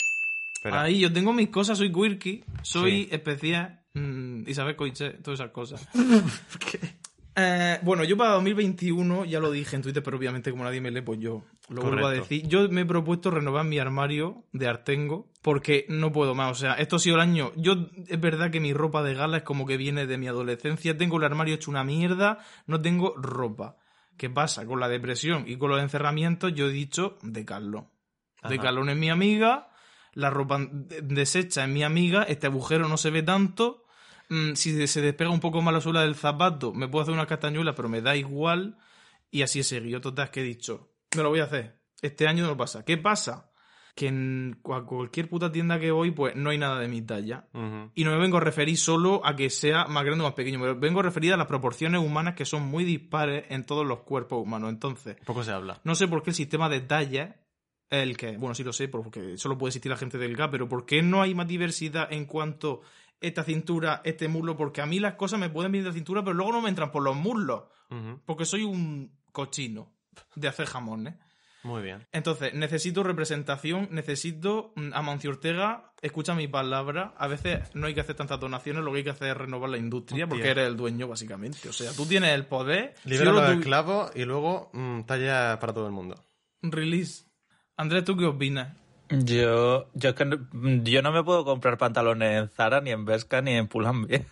Espera.
Ahí yo tengo mis cosas, soy quirky, soy
Sí.
especial, mm, Isabel Coiche, todas esas cosas.
(laughs)
Eh, bueno, yo para 2021, ya lo dije en Twitter, pero obviamente como nadie me lee, pues yo lo vuelvo a
Correcto.
decir. Yo me he propuesto renovar mi armario de Artengo porque no puedo más. O sea, esto ha sido el año. Yo, es verdad que mi ropa de gala es como que viene de mi adolescencia. Tengo el armario hecho una mierda, no tengo ropa. ¿Qué pasa? Con la depresión y con los encerramientos, yo he dicho de Carlos. De
Ajá.
Carlón es mi amiga, la ropa de- deshecha es mi amiga, este agujero no se ve tanto. Mm, si se despega un poco más la suela del zapato, me puedo hacer una castañuela, pero me da igual. Y así he seguido. Total, que he dicho, no lo voy a hacer. Este año no pasa. ¿Qué pasa? Que en cua- cualquier puta tienda que voy, pues no hay nada de mi talla.
Ujú.
Y no me vengo a referir solo a que sea más grande o más pequeño, me vengo a referir a las proporciones humanas que son muy dispares en todos los cuerpos humanos. Entonces,
Poco se habla.
no sé por qué el sistema de talla es el que. Bueno, sí lo sé, porque solo puede existir la gente delgada, pero ¿por qué no hay más diversidad en cuanto esta cintura, este muslo? Porque a mí las cosas me pueden venir de la cintura, pero luego no me entran por los muslos.
Ujú.
Porque soy un cochino de hacer jamones.
Muy bien.
Entonces, necesito representación, necesito mm, a Mancio Ortega, escucha mis palabras. A veces no hay que hacer tantas donaciones, lo que hay que hacer es renovar la industria,
Hostia.
porque eres el dueño, básicamente. O sea, tú tienes el poder. Si
Libera
yo lo
los
tuvi-
esclavos y luego mm, talla para todo el mundo.
Release. Andrés, ¿tú qué opinas?
Yo, yo, es que no, yo no me puedo comprar pantalones en Zara, ni en Bershka, ni en Pull&Bear.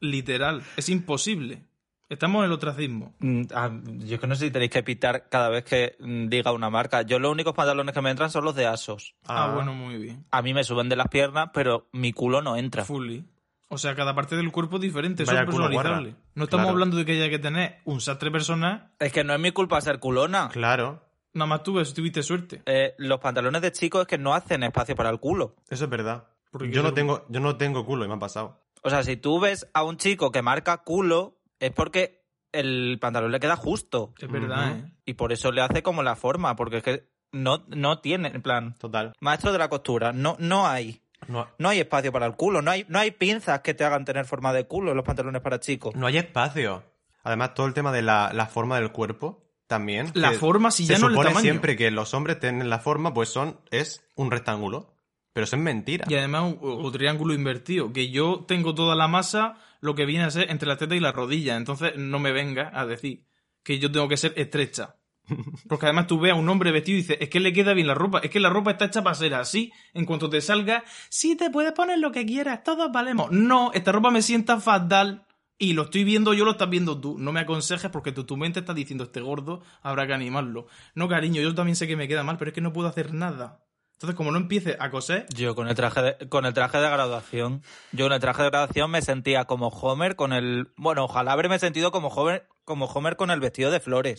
Literal, es imposible. Estamos en el ostracismo.
Mm, ah, Yo es que no sé si tenéis que pitar cada vez que mm, diga una marca. Yo los únicos pantalones que me entran son los de Asos.
Ah,
Ah.
bueno, muy bien.
A mí me suben de las piernas, pero mi culo no entra.
Fully. O sea, cada parte del cuerpo es diferente, eso
Vaya
es
culo
personalizable.
guarra.
No estamos
Claro.
hablando de que haya que tener un sastre personal,
Es que no es mi culpa ser culona.
Claro,
nada más tú ves, tuviste suerte.
Eh, los pantalones de chicos es que no hacen espacio para el culo.
eso es verdad.
Porque
Yo no,
ser-
tengo, yo no tengo culo y me ha pasado.
O sea, si tú ves a un chico que marca culo, es porque el pantalón le queda justo.
Es verdad,
Ujú.
¿eh?
Y por eso le hace como la forma, porque es que no, no tiene, en plan,
Total.
maestro de la costura, no, no hay.
No,
No hay espacio para el culo, no hay, no hay pinzas que te hagan tener forma de culo en los pantalones para chicos.
no hay espacio. Además, todo el tema de la, la forma del cuerpo también.
La
que
forma, si ya
se
no el
supone
tamaño.
siempre que los hombres tienen la forma, pues son, es un rectángulo. Pero eso es mentira.
Y además o, o triángulo invertido, que yo tengo toda la masa, lo que viene a ser entre la teta y la rodilla. Entonces no me venga a decir que yo tengo que ser estrecha. Porque además tú ves a un hombre vestido y dices, es que le queda bien la ropa, es que la ropa está hecha para ser así. En cuanto te salga, sí te puedes poner lo que quieras, todos valemos. No, esta ropa me sienta fatal. Y lo estoy viendo yo, lo estás viendo tú. No me aconsejes porque tu, tu mente está diciendo, este gordo, habrá que animarlo. No, cariño, yo también sé que me queda mal, pero es que no puedo hacer nada. Entonces, como no empieces a coser,
Yo con el traje de, con el traje de graduación, yo con el traje de graduación me sentía como Homer con el, bueno, ojalá haberme sentido como Homer, como Homer con el vestido de flores.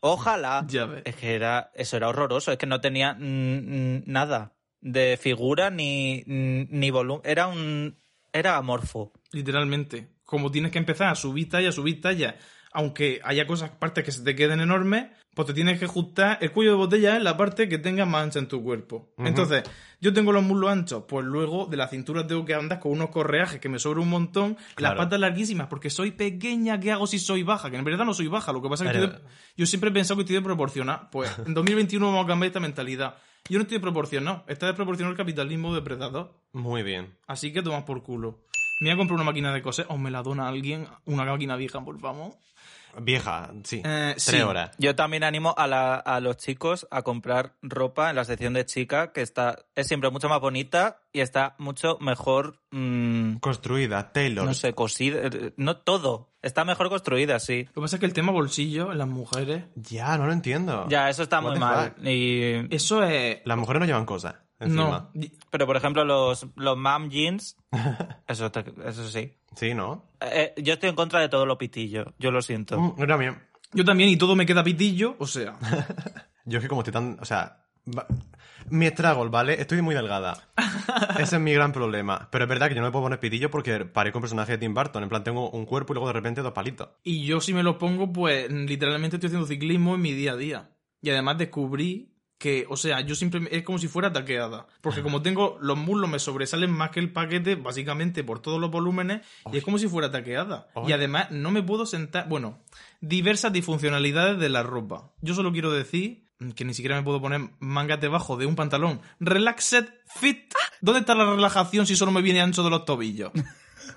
ojalá.
ya ves.
Es que era, eso era horroroso, es que no tenía mm, mm, nada de figura ni, mm, ni volumen, era un, era amorfo.
Literalmente. Como tienes que empezar a subir talla, subir talla, aunque haya cosas, partes que se te queden enormes, pues te tienes que ajustar. El cuello de botella es la parte que tenga más ancha en tu cuerpo.
Ujú.
Entonces, yo tengo los muslos anchos, pues luego de la cintura tengo que andar con unos correajes que me sobra un montón,
Claro.
las patas larguísimas, porque soy pequeña, ¿qué hago si soy baja? Que en verdad no soy baja, lo que pasa es que
Pero-
estoy de- yo siempre he pensado que estoy desproporcionado.
(laughs)
Pues en 2021 vamos a cambiar esta mentalidad. Yo no estoy desproporcionado, está desproporcionado el capitalismo depredador.
Muy bien.
Así que tomas por culo. Me voy a comprar una máquina de coser o me la dona alguien, una máquina vieja, por favor.
Vieja, sí.
Eh,
Tres
sí.
horas.
Yo también animo a, la- a los chicos a comprar ropa en la sección de chica, que está, es siempre mucho más bonita y está mucho mejor, mm,
Construida, Taylor.
no sé, cosida, eh, no todo. Está mejor construida, sí.
Lo que pasa es que el tema bolsillo en las mujeres,
Ya, no lo entiendo.
Ya, eso está
Ah. What
muy
the
mal.
fuck?
Y-
eso es...
Las mujeres no llevan cosas. Encima.
No, di-
Pero, por ejemplo, los, los
(laughs)
mom jeans, eso, te- eso sí.
Sí, ¿no?
Eh, eh, yo estoy en contra de todo lo pitillo, yo lo siento.
Mm, yo también.
yo también y todo me queda pitillo, o sea...
Yo es que como estoy tan... O sea... va- Mi estragol, ¿vale? Estoy muy
(laughs)
delgada. Ese es mi gran problema. Pero es verdad que yo no me puedo poner pitillo porque parezco un personaje de Tim Burton. En plan, tengo un cuerpo y luego de repente dos palitos.
Y yo si me lo pongo, pues literalmente estoy haciendo ciclismo en mi día a día. Y además descubrí que, o sea, yo siempre es como si fuera taqueada. Porque como tengo los muslos me sobresalen más que el paquete, básicamente por todos los volúmenes, y es como si fuera taqueada.
Ay.
Y además no me puedo sentar, bueno, diversas disfuncionalidades de la ropa. Yo solo quiero decir que ni siquiera me puedo poner mangas debajo de un pantalón. Relaxed fit. ¿Dónde está la relajación si solo me viene ancho de los tobillos?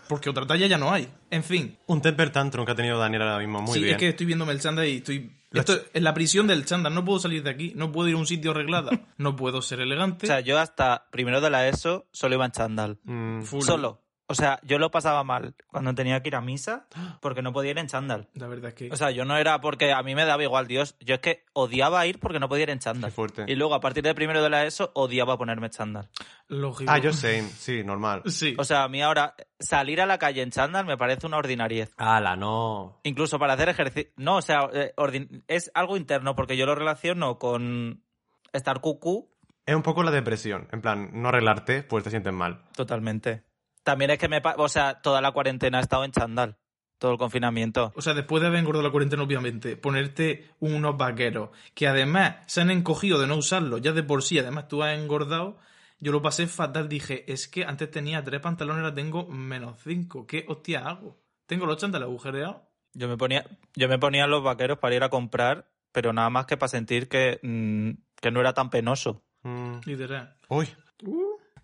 Porque otra talla ya no hay. En fin,
Un temper tantrum que ha tenido Daniel ahora mismo. Muy
sí,
bien.
es que estoy viéndome el chándal y estoy...
Lo
Esto es la prisión del chándal, no puedo salir de aquí, no puedo ir a un sitio arreglada,
(laughs)
no puedo ser elegante.
O sea, yo hasta primero de la ESO solo iba en chándal.
Mm,
full.
Solo. O sea, yo lo pasaba mal cuando tenía que ir a misa porque no podía ir en chándal.
La verdad es que...
O sea, yo no era porque a mí me daba igual, Dios. Yo es que odiaba ir porque no podía ir en chándal.
Qué fuerte.
Y luego, a partir de primero de la ESO, odiaba ponerme chándal.
lógico.
Ah, yo sé. Sí, normal.
(laughs) Sí.
O sea, a mí ahora salir a la calle en chándal me parece una ordinariez.
Ala, no.
Incluso para hacer ejercicio. No, o sea, eh, ordin- es algo interno porque yo lo relaciono con estar cucú
Es un poco la depresión. En plan, no arreglarte, pues te sientes mal.
totalmente. También es que me. pa- O sea, toda la cuarentena he estado en chándal. Todo el confinamiento.
O sea, después de haber engordado la cuarentena, obviamente, ponerte unos vaqueros que además se han encogido de no usarlos, ya de por sí, además tú has engordado, yo lo pasé fatal, dije, es que antes tenía tres pantalones, ahora tengo menos cinco, ¿qué hostia hago? Tengo los chándales agujereados.
Yo me ponía, yo me ponía los vaqueros para ir a comprar, pero nada más que para sentir que, mm, que no era tan penoso.
Mm.
Literal.
Uy.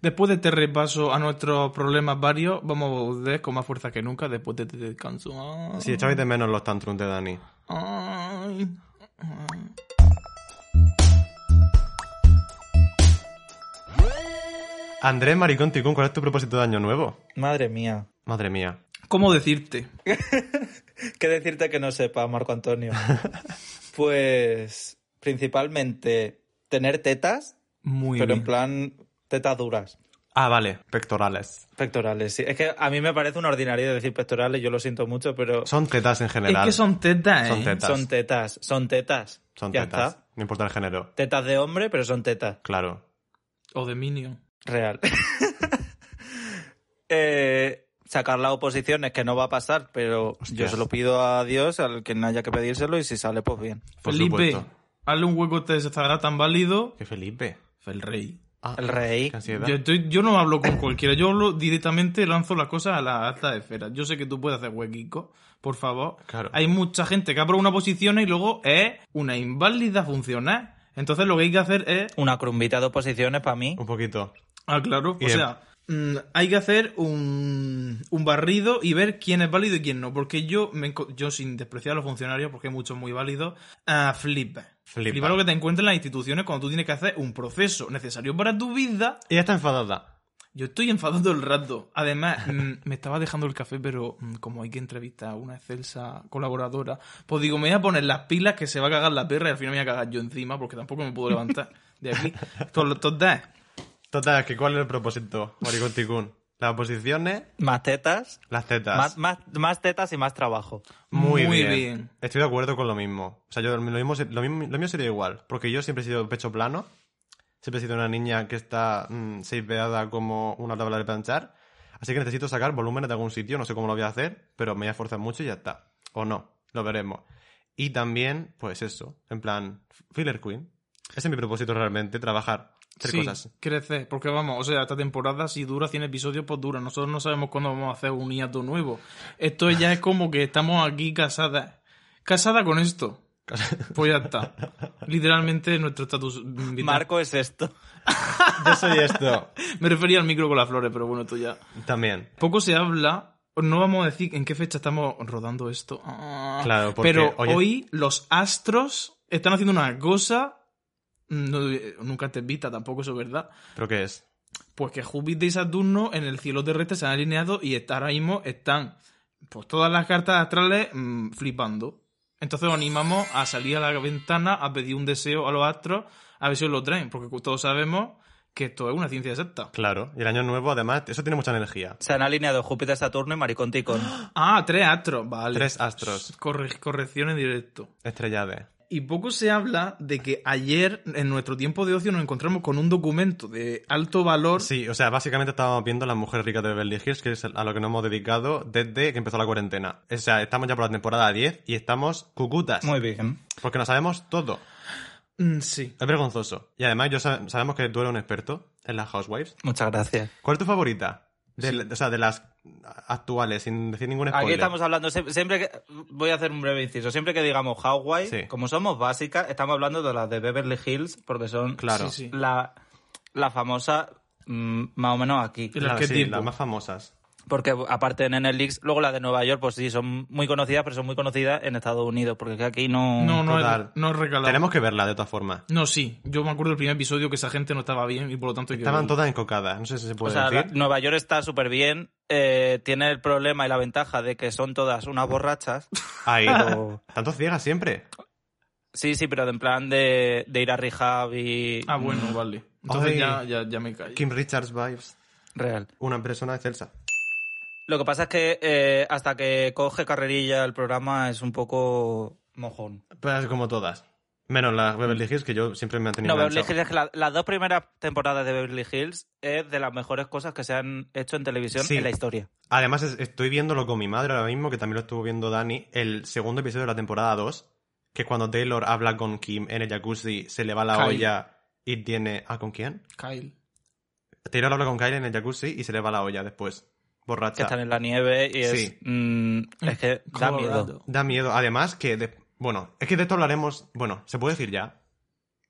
Después de este repaso a nuestros problemas varios, vamos a volver con más fuerza que nunca después de este descanso. Ay,
Si echabais de menos los tantrums de Dani.
ay.
Andrés Maricón Ticún, ¿cuál es tu propósito de año nuevo?
Madre mía.
Madre mía.
¿Cómo decirte?
¿Qué decirte que no sepa, Marco Antonio? pues principalmente tener tetas,
Muy
pero
bien.
en plan tetas duras.
Ah, vale. Pectorales.
Pectorales, sí. Es que a mí me parece una ordinaria decir pectorales, yo lo siento mucho, pero
Son tetas en
es
general.
que son tetas, ¿eh?
Son tetas.
son tetas, son tetas.
Son
Ya
tetas.
está.
No importa el género.
Tetas de hombre, pero son tetas.
Claro.
O de Minion.
Real. (laughs) Eh, sacar las oposiciones, que no va a pasar, pero yo
Hostias.
se lo pido a Dios, al que no haya que pedírselo, y si sale, pues bien.
Por
Felipe,
supuesto.
hazle un hueco a este Zagara tan válido.
Que Felipe.
El rey.
Ah,
El rey.
Qué ansiedad.
Yo, estoy- yo no hablo con cualquiera, yo hablo directamente, lanzo las cosas a las altas esferas. Yo sé que tú puedes hacer huequico, por favor.
Claro.
Hay mucha gente que aprueba una posición y luego es una inválida funcional. Entonces lo que hay que hacer es
Una crumbita de oposiciones para mí.
Un poquito.
Ah, claro.
Y
o
el-
sea, mm, hay que hacer un, un barrido y ver quién es válido y quién no. Porque yo, me enco- yo sin despreciar a los funcionarios, porque hay muchos muy válidos, ah, flipa.
Flipa.
Flipa lo que te encuentras en las instituciones cuando tú tienes que hacer un proceso necesario para tu vida.
Ella está enfadada.
Yo estoy enfadado todo el rato. (laughs) Además, mm, me estaba dejando el café, pero mm, como hay que entrevistar a una excelsa colaboradora, pues digo, me voy a poner las pilas que se va a cagar la perra y al final me voy a cagar yo encima porque tampoco me puedo levantar de (laughs) aquí. Con los todas.
Total, que ¿cuál es el propósito, Maricón Ticún? Las oposiciones,
Más tetas.
las tetas.
Más, más, más tetas y más trabajo.
Muy,
Muy
bien.
bien.
Estoy de acuerdo con lo mismo. O sea, yo, lo, mismo, se- lo, mismo- lo mío sería igual. Porque yo siempre he sido pecho plano. Siempre he sido una niña que está mm, seispeada como una tabla de planchar. Así que necesito sacar volúmenes de algún sitio. No sé cómo lo voy a hacer, pero me voy a esforzar mucho y ya está. O no, lo veremos. Y también, pues eso. En plan, filler queen. Ese es mi propósito realmente, trabajar. Hacer
sí,
cosas.
crecer. Porque vamos, o sea, esta temporada si dura 100 episodios, pues dura. Nosotros no sabemos cuándo vamos a hacer un hiato nuevo.
(laughs)
Esto ya es como que estamos aquí casadas. Casada con
(laughs)
esto. Pues ya está. Literalmente nuestro estatus vital.
Marco es esto.
Yo soy esto.
Me refería al micro con las flores, pero bueno, esto ya.
También.
Poco se habla. No vamos a decir en qué fecha estamos rodando esto. Ah.
Claro, porque
Pero
hoy es-
hoy los astros están haciendo una cosa. mm, No, eh, nunca te invita, tampoco eso es verdad.
¿Pero qué es?
Pues que Júpiter y Saturno en el cielo terrestre se han alineado y está- ahora mismo están pues todas las cartas astrales mm, flipando. Entonces os animamos a salir a la ventana a pedir un deseo a los astros a ver si os lo traen, porque todos sabemos que esto es una ciencia exacta.
Claro, y el año nuevo, además, eso tiene mucha energía.
Se han alineado Júpiter, Saturno y Maricón (gasps) Ticón.
Ah, tres astros, vale.
Tres astros,
Corre- corrección en directo.
estrellades.
Y poco se habla de que ayer, en nuestro tiempo de ocio, nos encontramos con un documento de alto valor.
Sí, o sea, básicamente estábamos viendo Las Mujeres Ricas de Beverly Hills, que es a lo que nos hemos dedicado desde que empezó la cuarentena. O sea, estamos ya por la temporada 10 y estamos cucutas.
Muy bien.
Porque no sabemos todo.
Mm, sí.
Es vergonzoso. Y además, yo sab- sabemos que tú eres un experto en las Housewives.
Muchas gracias.
¿Cuál es tu favorita? De, O sea, de las actuales, sin decir ningún spoiler.
Aquí estamos hablando, sie- siempre que. Voy a hacer un breve inciso. Siempre que digamos Hawaii,
Sí.
como somos básicas, estamos hablando de las de Beverly Hills, porque son
Claro.
Sí, sí.
la, la famosa mm, más o menos aquí.
El
Claro, sí,
arquetipo.
las más famosas.
Porque aparte en NLX, luego las de Nueva York, pues sí, son muy conocidas, pero son muy conocidas en Estados Unidos, porque es que aquí no.
No, no,
total.
es, no es regalado.
Tenemos que verla, de todas formas.
No, sí. Yo me acuerdo del primer episodio que esa gente no estaba bien y por lo tanto... hay que
Estaban
verlo.
todas encocadas, no sé si se
O
puede
sea, la-
decir.
Nueva York está súper bien, tiene el problema y la ventaja de que son todas unas borrachas. (laughs)
Ahí,
pero-
tanto ciegas siempre.
Sí, sí, pero en plan de, de ir a Rehab y...
Ah,
Mm.
bueno, vale. Entonces
Ay.
ya, ya, ya me callo.
Kim Richards vibes.
Real.
Una persona excelsa.
Lo que pasa es que eh, hasta que coge carrerilla el programa es un poco mojón.
Pues como todas. Menos las Beverly Hills, que yo siempre me han tenido
Mm. No, Beverly
enganchado.
Hills, es que la- las dos primeras temporadas de Beverly Hills es de las mejores cosas que se han hecho en televisión
Sí.
en la historia.
Además, es- estoy viéndolo con mi madre ahora mismo, que también lo estuvo viendo Dani, el segundo episodio de la temporada 2, que es cuando Taylor habla con Kim en el jacuzzi, se le va la
Kyle.
olla y tiene... ¿Ah, con quién?
Kyle.
Taylor habla con Kyle en el jacuzzi y se le va la olla después,
Que
borracha.
están en la nieve y es...
Sí.
mm, es que da miedo.
Colorado.
Da miedo. Además que... de- Bueno, es que de esto hablaremos... Bueno, ¿se puede decir ya?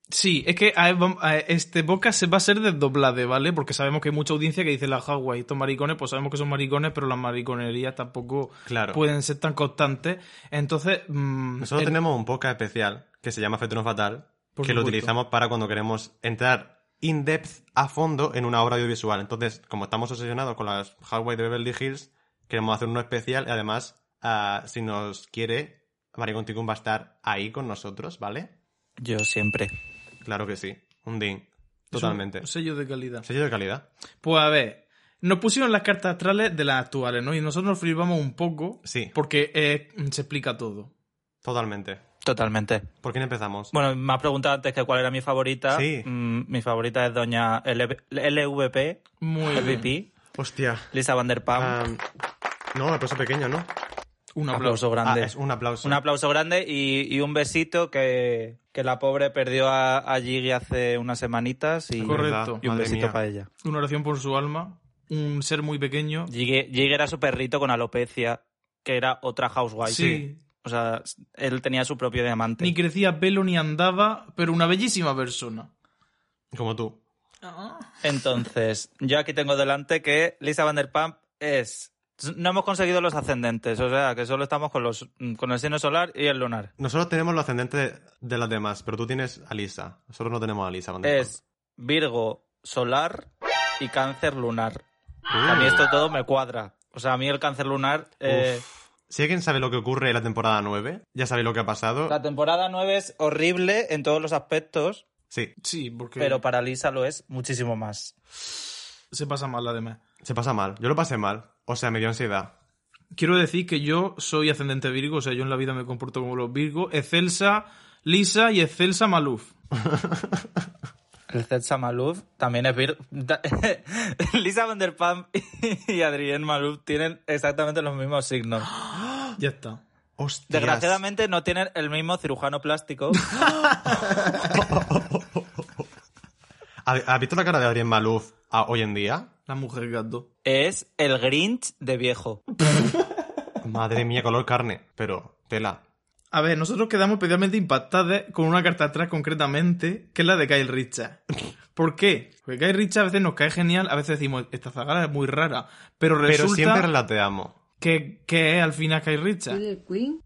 Sí, es que a- vam- a- este podcast se va a ser desdoblade, ¿vale? Porque sabemos que hay mucha audiencia que dice la Hawaii, estos maricones, pues sabemos que son maricones, pero las mariconerías tampoco
Claro.
pueden ser tan constantes. Entonces, mm,
Nosotros
el-
tenemos un podcast especial que se llama Fetuno Fatal, que lo
Por supuesto.
utilizamos para cuando queremos entrar in depth a fondo en una obra audiovisual. Entonces, como estamos obsesionados con las Highway de Beverly Hills, queremos hacer uno especial y además, ah, si nos quiere, Maricón Ticún va a estar ahí con nosotros, ¿vale?
Yo siempre.
Claro que sí, un ding,
es
totalmente.
Un sello de calidad.
Sello de calidad.
Pues a ver, nos pusieron las cartas astrales de las actuales, ¿no? Y nosotros nos flipamos un poco
Sí,
porque eh, se explica todo.
totalmente.
Totalmente.
¿Por quién empezamos?
Bueno, me has preguntado antes que cuál era mi favorita.
Sí.
Mm, mi favorita es Doña LV LVP,
Muy bien.
LVP,
Hostia.
Lisa Vanderpump.
Ah, no, un aplauso pequeño, ¿no?
Un
un
aplauso.
aplauso grande.
Ah, es un aplauso.
Un aplauso grande y, y un besito que, que la pobre perdió a, a Gigi hace unas semanitas y,
Correcto.
y un
Madre
besito
mía.
para ella.
pues, Una oración por su alma. Un ser muy pequeño.
Gigi, Gigi era su perrito con alopecia, que era otra housewife.
sí.
O sea, él tenía su propio diamante.
Ni crecía pelo ni andaba, pero una bellísima persona.
Como tú.
Ah.
Entonces, yo aquí tengo delante que Lisa Vanderpump es... No hemos conseguido los ascendentes, o sea, que solo estamos con, los, con el signo solar y el lunar.
Nosotros tenemos los ascendentes de las demás, pero tú tienes a Lisa. Nosotros no tenemos a Lisa. Van der
Es Virgo solar y cáncer lunar.
Kamp.
A mí esto todo me cuadra. O sea, a mí el cáncer lunar... eh,
Si alguien sabe lo que ocurre en la temporada 9, ya sabe lo que ha pasado.
La temporada 9 es horrible en todos los aspectos,
Sí,
Sí, porque
pero para Lisa lo es muchísimo más.
se pasa mal además.
se pasa mal. Yo lo pasé mal. O sea, me dio ansiedad.
Quiero decir que yo soy ascendente Virgo, o sea, yo en la vida me comporto como los Virgos. Excelsa Lisa y Excelsa Maluf.
El Zetsa Maluf también es Virgo. (laughs) Lisa Vanderpump (laughs) y Adrián Maluf tienen exactamente los mismos
(gasps)
signos.
Ya está.
Hostias.
Desgraciadamente no tienen el mismo
(laughs)
cirujano plástico.
¿Ha- ¿Has visto la cara de Adrián Maluf a- hoy en día?
La mujer gato.
Es el Grinch de viejo.
Madre mía, color carne. Pero, tela.
A ver, nosotros quedamos especialmente impactados con una carta atrás concretamente, que es la de Kyle Richards. ¿Por qué? Porque Kyle Richards a veces nos cae genial, a veces decimos, esta zagala es muy rara, pero
Pero
resulta
siempre relateamos.
que, que es al final Kyle Richards.
Oye, Queen.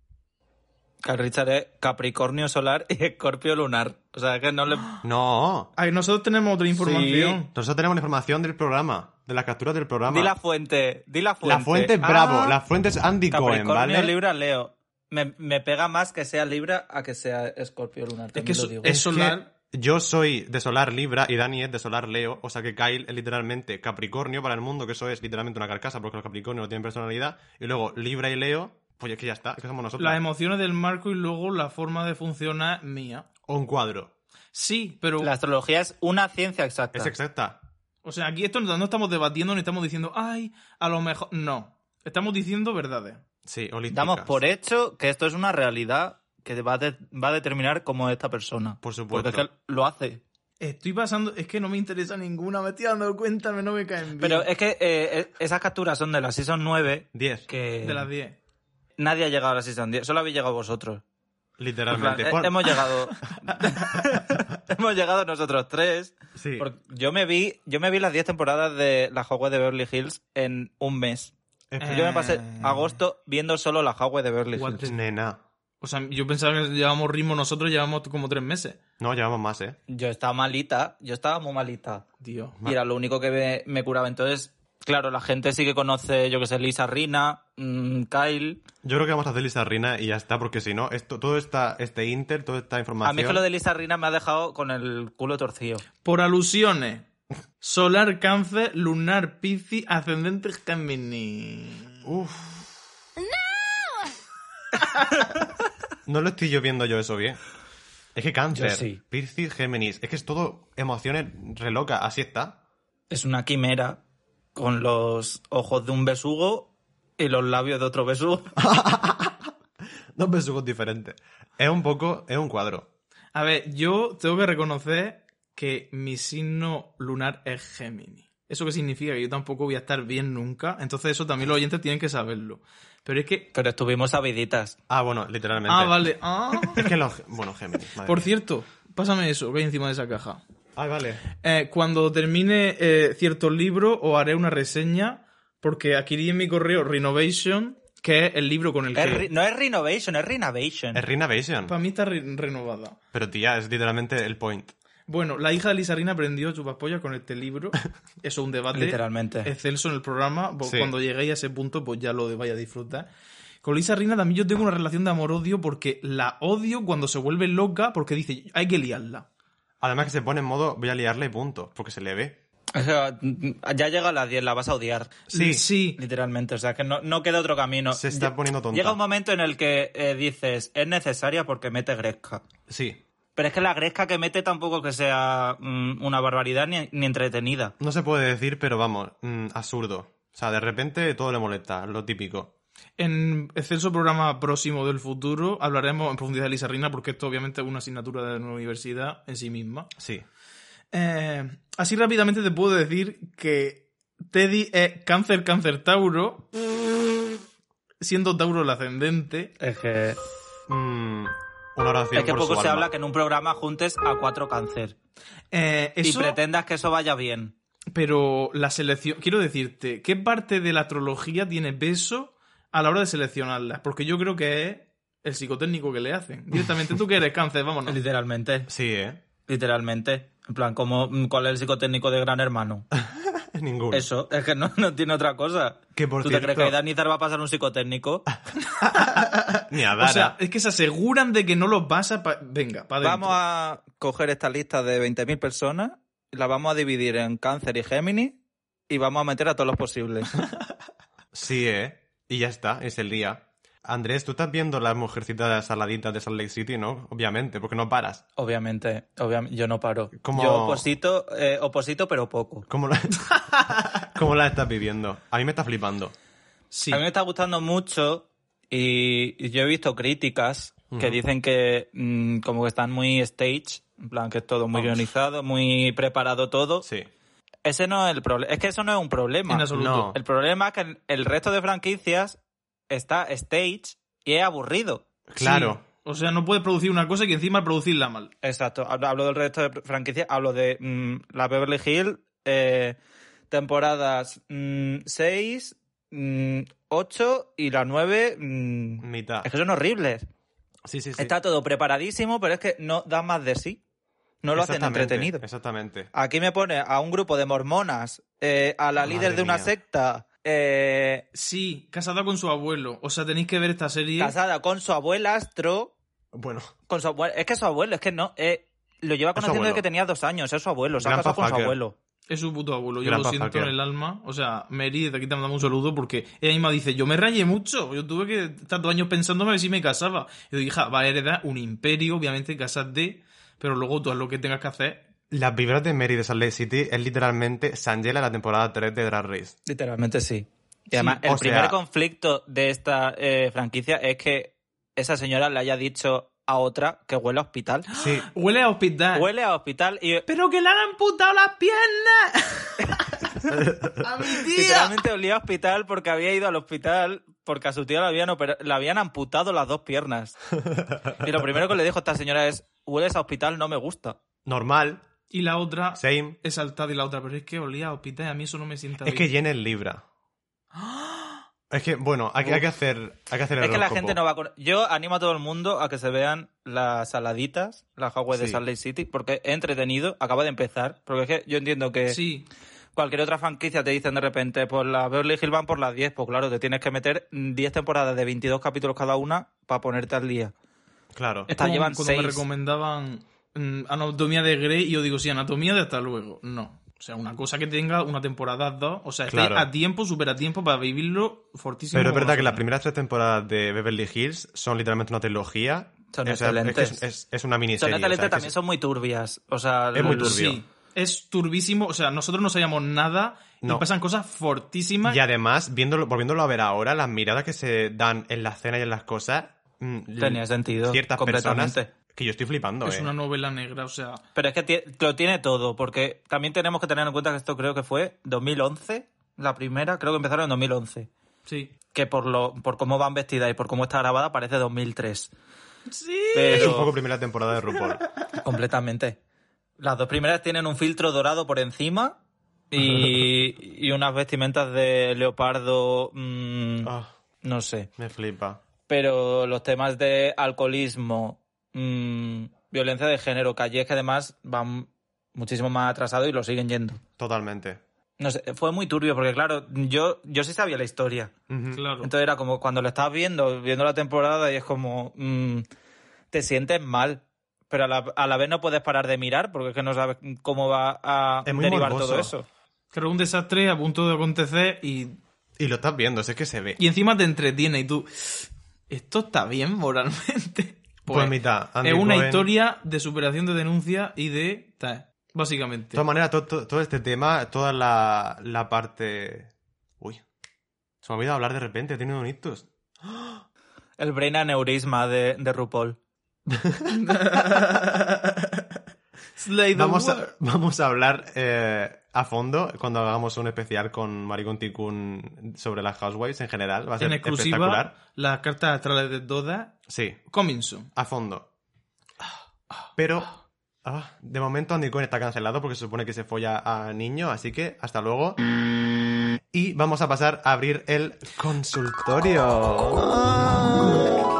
Que el Richard es Capricornio solar y Escorpio lunar.
(gasps)
O sea, que no le...
No.
Ay, nosotros tenemos otra información.
Nosotros tenemos la información del programa. de las capturas del programa.
Di la fuente, di la fuente.
La fuente es Bravo,
Ah,
la fuente es Andy Cohen,
Capricornio,
¿vale?
Libra, Leo. Me, me pega más que sea Libra a que sea Escorpio Lunar.
Es
también
que
lo
so-
digo.
es solar.
Yo soy de Solar Libra y Dani es de Solar Leo, o sea que Kyle es literalmente Capricornio para el mundo, que eso es literalmente una carcasa porque los Capricornios no tienen personalidad, y luego Libra y Leo, pues es que ya está, es que somos nosotros.
Las
em-
emociones del marco y luego la forma de funcionar mía.
O un cuadro.
Sí, pero.
La astrología es una ciencia exacta.
Es exacta.
O sea, aquí esto no, no estamos debatiendo ni estamos diciendo, ay, a lo mejor. No. Estamos diciendo verdades.
Sí, holísticas.
Damos por hecho que esto es una realidad que va, de- va a determinar cómo es esta persona.
Por supuesto.
Porque es que lo hace.
Estoy pasando. Es que no me interesa ninguna, me estoy dando cuenta, me- no me caen bien.
Pero es que eh, esas capturas son de la Season 9
Diez,
que
De las 10.
nadie ha llegado a la Season 10. Solo habéis llegado vosotros.
literalmente.
En plan,
Pon-
eh,
(laughs)
Hemos llegado... (laughs) hemos llegado nosotros tres.
Sí.
Porque yo me vi, yo me vi las 10 temporadas de la Hogwarts de Beverly Hills en un mes.
Es
Eh,
Yo me pasé agosto viendo solo la Hogwarts de Beverly
What
Hills.
que- Nena.
O sea, yo pensaba que llevamos ritmo nosotros, llevamos como tres meses.
No, llevamos más, ¿eh?
Yo estaba malita, yo estaba muy malita.
Tío.
Ma-
Y era lo único que me, me curaba. Entonces, claro, la gente sí que conoce, yo que sé, Lisa Rina, mm, Kyle.
Yo creo que vamos a hacer Lisa Rina y ya está, porque si no, esto, todo esta, este Inter, toda esta información.
A mí es que lo de Lisa Rina me ha dejado con el culo torcido.
Por alusiones. Solar cáncer, lunar piscis, ascendente Géminis.
Uf. No lo estoy yo viendo yo eso bien. Es que cáncer,
Yo sí.
Piscis, Géminis, es que es todo emociones relocas, así está.
Es una quimera con los ojos de un besugo y los labios de otro besugo. (laughs)
Dos besugos diferentes. Es un poco, es un cuadro.
A ver, yo tengo que reconocer que mi signo lunar es Géminis. ¿Eso qué significa? Que yo tampoco voy a estar bien nunca. Entonces eso también los oyentes tienen que saberlo. Pero es que...
Pero estuvimos sabiditas.
Ah, bueno, literalmente.
Ah, vale. Ah.
Es que los... Bueno, Géminis, madre
Por
mía.
cierto, pásame eso que hay encima de esa caja.
Ay, vale.
Eh, cuando termine eh, cierto libro os haré una reseña porque adquirí en mi correo Renovation, que es el libro con el
Es re-
que...
no es renovation, es renovation.
Es Renovation.
Para mí está re- renovada.
Pero tía, es literalmente el point.
Bueno, la hija de Lizarina aprendió chupapollas con este
(laughs)
libro. Eso es un debate
Literalmente.
excelso en el programa. Vos,
Sí.
Cuando lleguéis a ese punto, pues ya lo vais a disfrutar. Con Lisa Rina también yo tengo una relación de amor-odio porque la odio cuando se vuelve loca porque dice, hay que liarla.
Además que se pone en modo voy a liarle y punto, porque se le ve.
O sea, mm, ya llega a las 10, la vas a odiar.
Sí.
Sí.
Literalmente, o sea, que no, no queda otro camino.
Se está
Lle-
poniendo tonta.
Llega un momento en el que eh, dices, es necesaria porque mete gresca.
Sí.
Pero es que la gresca que mete tampoco que sea mm, una barbaridad ni, ni entretenida.
No se puede decir, pero vamos, mm, absurdo. O sea, de repente todo le molesta, lo típico.
En excelso programa próximo del futuro hablaremos en profundidad de Lisa Rina porque esto obviamente es una asignatura de la universidad en sí misma.
Sí.
Eh, así rápidamente te puedo decir que Teddy es cáncer, cáncer, Tauro. Siendo Tauro el ascendente.
Es que,
Mm, una oración por
poco
su
se
alma.
habla que en un programa juntes a cuatro cáncer
Eh, eso,
y pretendas que eso vaya bien.
pero la selección. Quiero decirte, ¿qué parte de la astrología tiene peso a la hora de seleccionarla? Porque yo creo que es el psicotécnico que le hacen. Directamente tú que eres cáncer, vámonos.
Literalmente,
Sí, ¿eh? (laughs)
literalmente. En plan, como, mm, ¿cuál es el psicotécnico de Gran Hermano?
Ninguno.
(laughs) Eso, es que no, no tiene otra cosa.
Que por
¿Tú te
cierto-
crees que a Danizar va a pasar un psicotécnico?
(laughs) Ni a
O
Dara.
sea, es que se aseguran de que no lo pasa. pa- Venga, para
Vamos a coger esta lista de 20.000 personas, la vamos a dividir en cáncer y Géminis y vamos a meter a todos los posibles.
Sí, ¿eh? Y ya está, es el día. Andrés, tú estás viendo las mujercitas saladitas de Salt Lake City, ¿no? Obviamente, porque no paras.
obviamente, obviamente, yo no paro.
Como-
Yo oposito, eh, oposito, pero poco.
¿Cómo la... (laughs) ¿Cómo la estás viviendo? A mí me está flipando.
Sí.
A mí me está gustando mucho y y yo he visto críticas que
Ujú.
dicen que mm, como que están muy stage, en plan que es todo muy
Vamos.
guionizado, muy preparado todo.
Sí.
Ese no es el problema, es que eso no es un problema.
En absoluto.
No.
El problema es que el- el resto de franquicias está stage y es aburrido.
Claro.
Sí. O sea, no puedes producir una cosa y que encima producirla mal.
Exacto, hablo, hablo del resto de franquicias, hablo de mm, la Beverly Hill, eh, temporadas mm, 6, 8 y la 9.
Mitad.
es que son horribles.
Sí, sí, sí.
Está todo preparadísimo, pero es que no da más de sí. No lo hacen
Exactamente,
entretenido.
Exactamente.
Aquí me pone a un grupo de mormonas, eh, a la
Madre
líder de una
mía.
secta, eh,
Sí, casada con su abuelo. O sea, tenéis que ver esta serie.
casada con su abuelastro.
Bueno,
Con su abuelo. Es que su abuelo, es que no. eh, lo lleva
Es su
conociendo desde
abuelo.
que tenía dos años. Es su abuelo. Se ha
Gran
casado con su
pafaker.
abuelo.
Es su puto abuelo. Yo
Gran
lo siento
pajaquero.
en el alma. O sea, Mary, desde aquí te mandamos un saludo porque ella misma dice: Yo me rayé mucho. Yo tuve que estar dos años pensándome a ver si me casaba. Y yo dije: "Ja, Va a heredar un imperio, obviamente, casarte. Pero luego tú haz lo que tengas que hacer.
las vibras de Mary de Salt Lake City es literalmente Sangela en la temporada 3 de Drag Race.
(gasps) Literalmente sí. Y además, el
o sea-
primer conflicto de esta eh, franquicia es que esa señora le haya dicho a otra que huele a hospital.
Sí,
Huele a
Ah.
hospital.
Huele a hospital y
Pero que le han amputado las piernas. (laughs) a mi tía.
literalmente olía a hospital porque había ido al hospital porque a su tía le habían, opera- le habían amputado las dos piernas. Y lo primero que le dijo esta señora es, hueles a hospital, no me gusta.
normal,
Y la otra
same.
es saltada y la otra. Pero es que olía a hospital y a mí eso no me sienta
Es que
bien.
Jen es
(gasps)
libra. Es que, bueno, hay, que- hay que hacer hay que hacer el
Es que la
horóscopo.
gente no va a... cono- Yo animo a todo el mundo a que se vean las saladitas, las Huawei de
Sí.
Salt Lake City, porque es entretenido, acaba de empezar, porque es que yo entiendo que...
Sí.
cualquier otra franquicia te dicen de repente, pues la Beverly Hills van por las 10, pues claro, te tienes que meter 10 temporadas de 22 capítulos cada una para ponerte al día. (laughs)
Claro.
Es
Esta
como
llevan
cuando me
seis.
recomendaban mm, Anatomía de Grey y yo digo, sí, Anatomía de hasta luego. No. O sea, una cosa que tenga una temporada, dos. O sea, estáis
Claro.
a tiempo, súper a tiempo para vivirlo fortísimo.
Pero es
como
verdad que las
nosotros.
primeras tres temporadas de Beverly Hills son literalmente una trilogía.
Son
O sea, es que
excelentes.
Es, es- es una miniserie.
Son
o sea, es que
también
sí.
son muy turbias. O sea,
Es muy
los-
turbio.
Sí. Es turbísimo. O sea, nosotros no sabíamos nada y
No.
pasan cosas fortísimas.
Y además, viéndolo, volviéndolo a ver ahora, las miradas que se dan en la escena y en las cosas. mm,
Tenía sentido.
Ciertas
completamente.
personas. Que yo estoy flipando,
es
eh.
una novela negra, o sea.
Pero es que ti- lo tiene todo, porque también tenemos que tener en cuenta que esto creo que fue 2011, la primera, creo que empezaron en 2011.
Sí.
Que por, lo, por cómo van vestidas y por cómo está grabada parece 2003.
Sí.
Es
Pero...
un poco primera temporada de
(laughs)
RuPaul.
Completamente. Las dos primeras tienen un filtro dorado por encima y, y unas vestimentas de leopardo, mm,
Ah,
no sé.
me flipa.
Pero los temas de alcoholismo, mm, violencia de género, que allí es que además van muchísimo más atrasados y lo siguen yendo.
Totalmente.
No sé, fue muy turbio porque claro, yo, yo sí sabía la historia.
Ujú.
Claro.
Entonces era como cuando lo estás viendo, viendo la temporada y es como, mm, te sientes mal, pero a la, a la vez no puedes parar de mirar porque es que no sabes cómo va a
Es muy
derivar
morboso.
todo eso.
Creo un desastre a punto de acontecer y,
Y lo estás viendo, si es que se ve.
y encima te entretiene y tú. Esto está bien moralmente.
(laughs) Pues, mitad. Andy
es una
Cohen.
historia de superación de denuncia y de tal,
De
básicamente.
todas maneras, to- to- todo, este tema, toda la, la parte. Uy. Se me ha olvidado hablar de repente, he tenido un ictus.
El brain aneurisma de, de RuPaul.
Slay the
Vamos
world.
a, (laughs) vamos a hablar eh, a fondo cuando hagamos un especial con Maricón Ticún sobre las Housewives en general. Va a ser
en
espectacular.
exclusiva las cartas astrales de Doda
Sí,
Cominson.
a fondo. Pero ah, de momento Andy Cohen está cancelado porque se supone que se folla a niño, así que hasta luego. Y vamos a pasar a abrir el consultorio.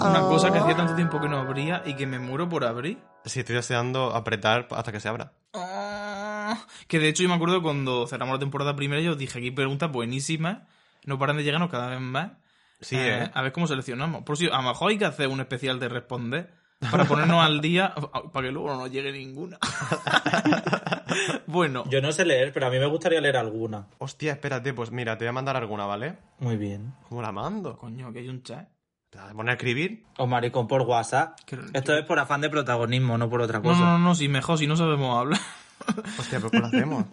Una cosa que hacía tanto tiempo que no abría y que me muero por abrir.
Sí, estoy deseando apretar hasta que se abra.
Ah, Que de hecho yo me acuerdo cuando cerramos la temporada primera yo dije aquí preguntas buenísimas. No paran de llegarnos cada vez más.
Sí,
Eh,
eh.
A ver cómo seleccionamos. Por si a lo mejor hay que hacer un especial de responder para ponernos al día (laughs) para que luego no nos llegue ninguna. (laughs) bueno,
Yo no sé leer, pero a mí me gustaría leer alguna.
Hostia, espérate, pues mira, te voy a mandar alguna, ¿vale?
Muy bien.
¿Cómo la mando?
coño, que hay un chat.
¿Te vas a poner a escribir?
O Oh, maricón por WhatsApp.
Que-
Esto es por afán de protagonismo, no por otra
No,
cosa.
no, no, si mejor, si no sabemos hablar. (laughs)
Hostia, pero ¿cómo lo hacemos?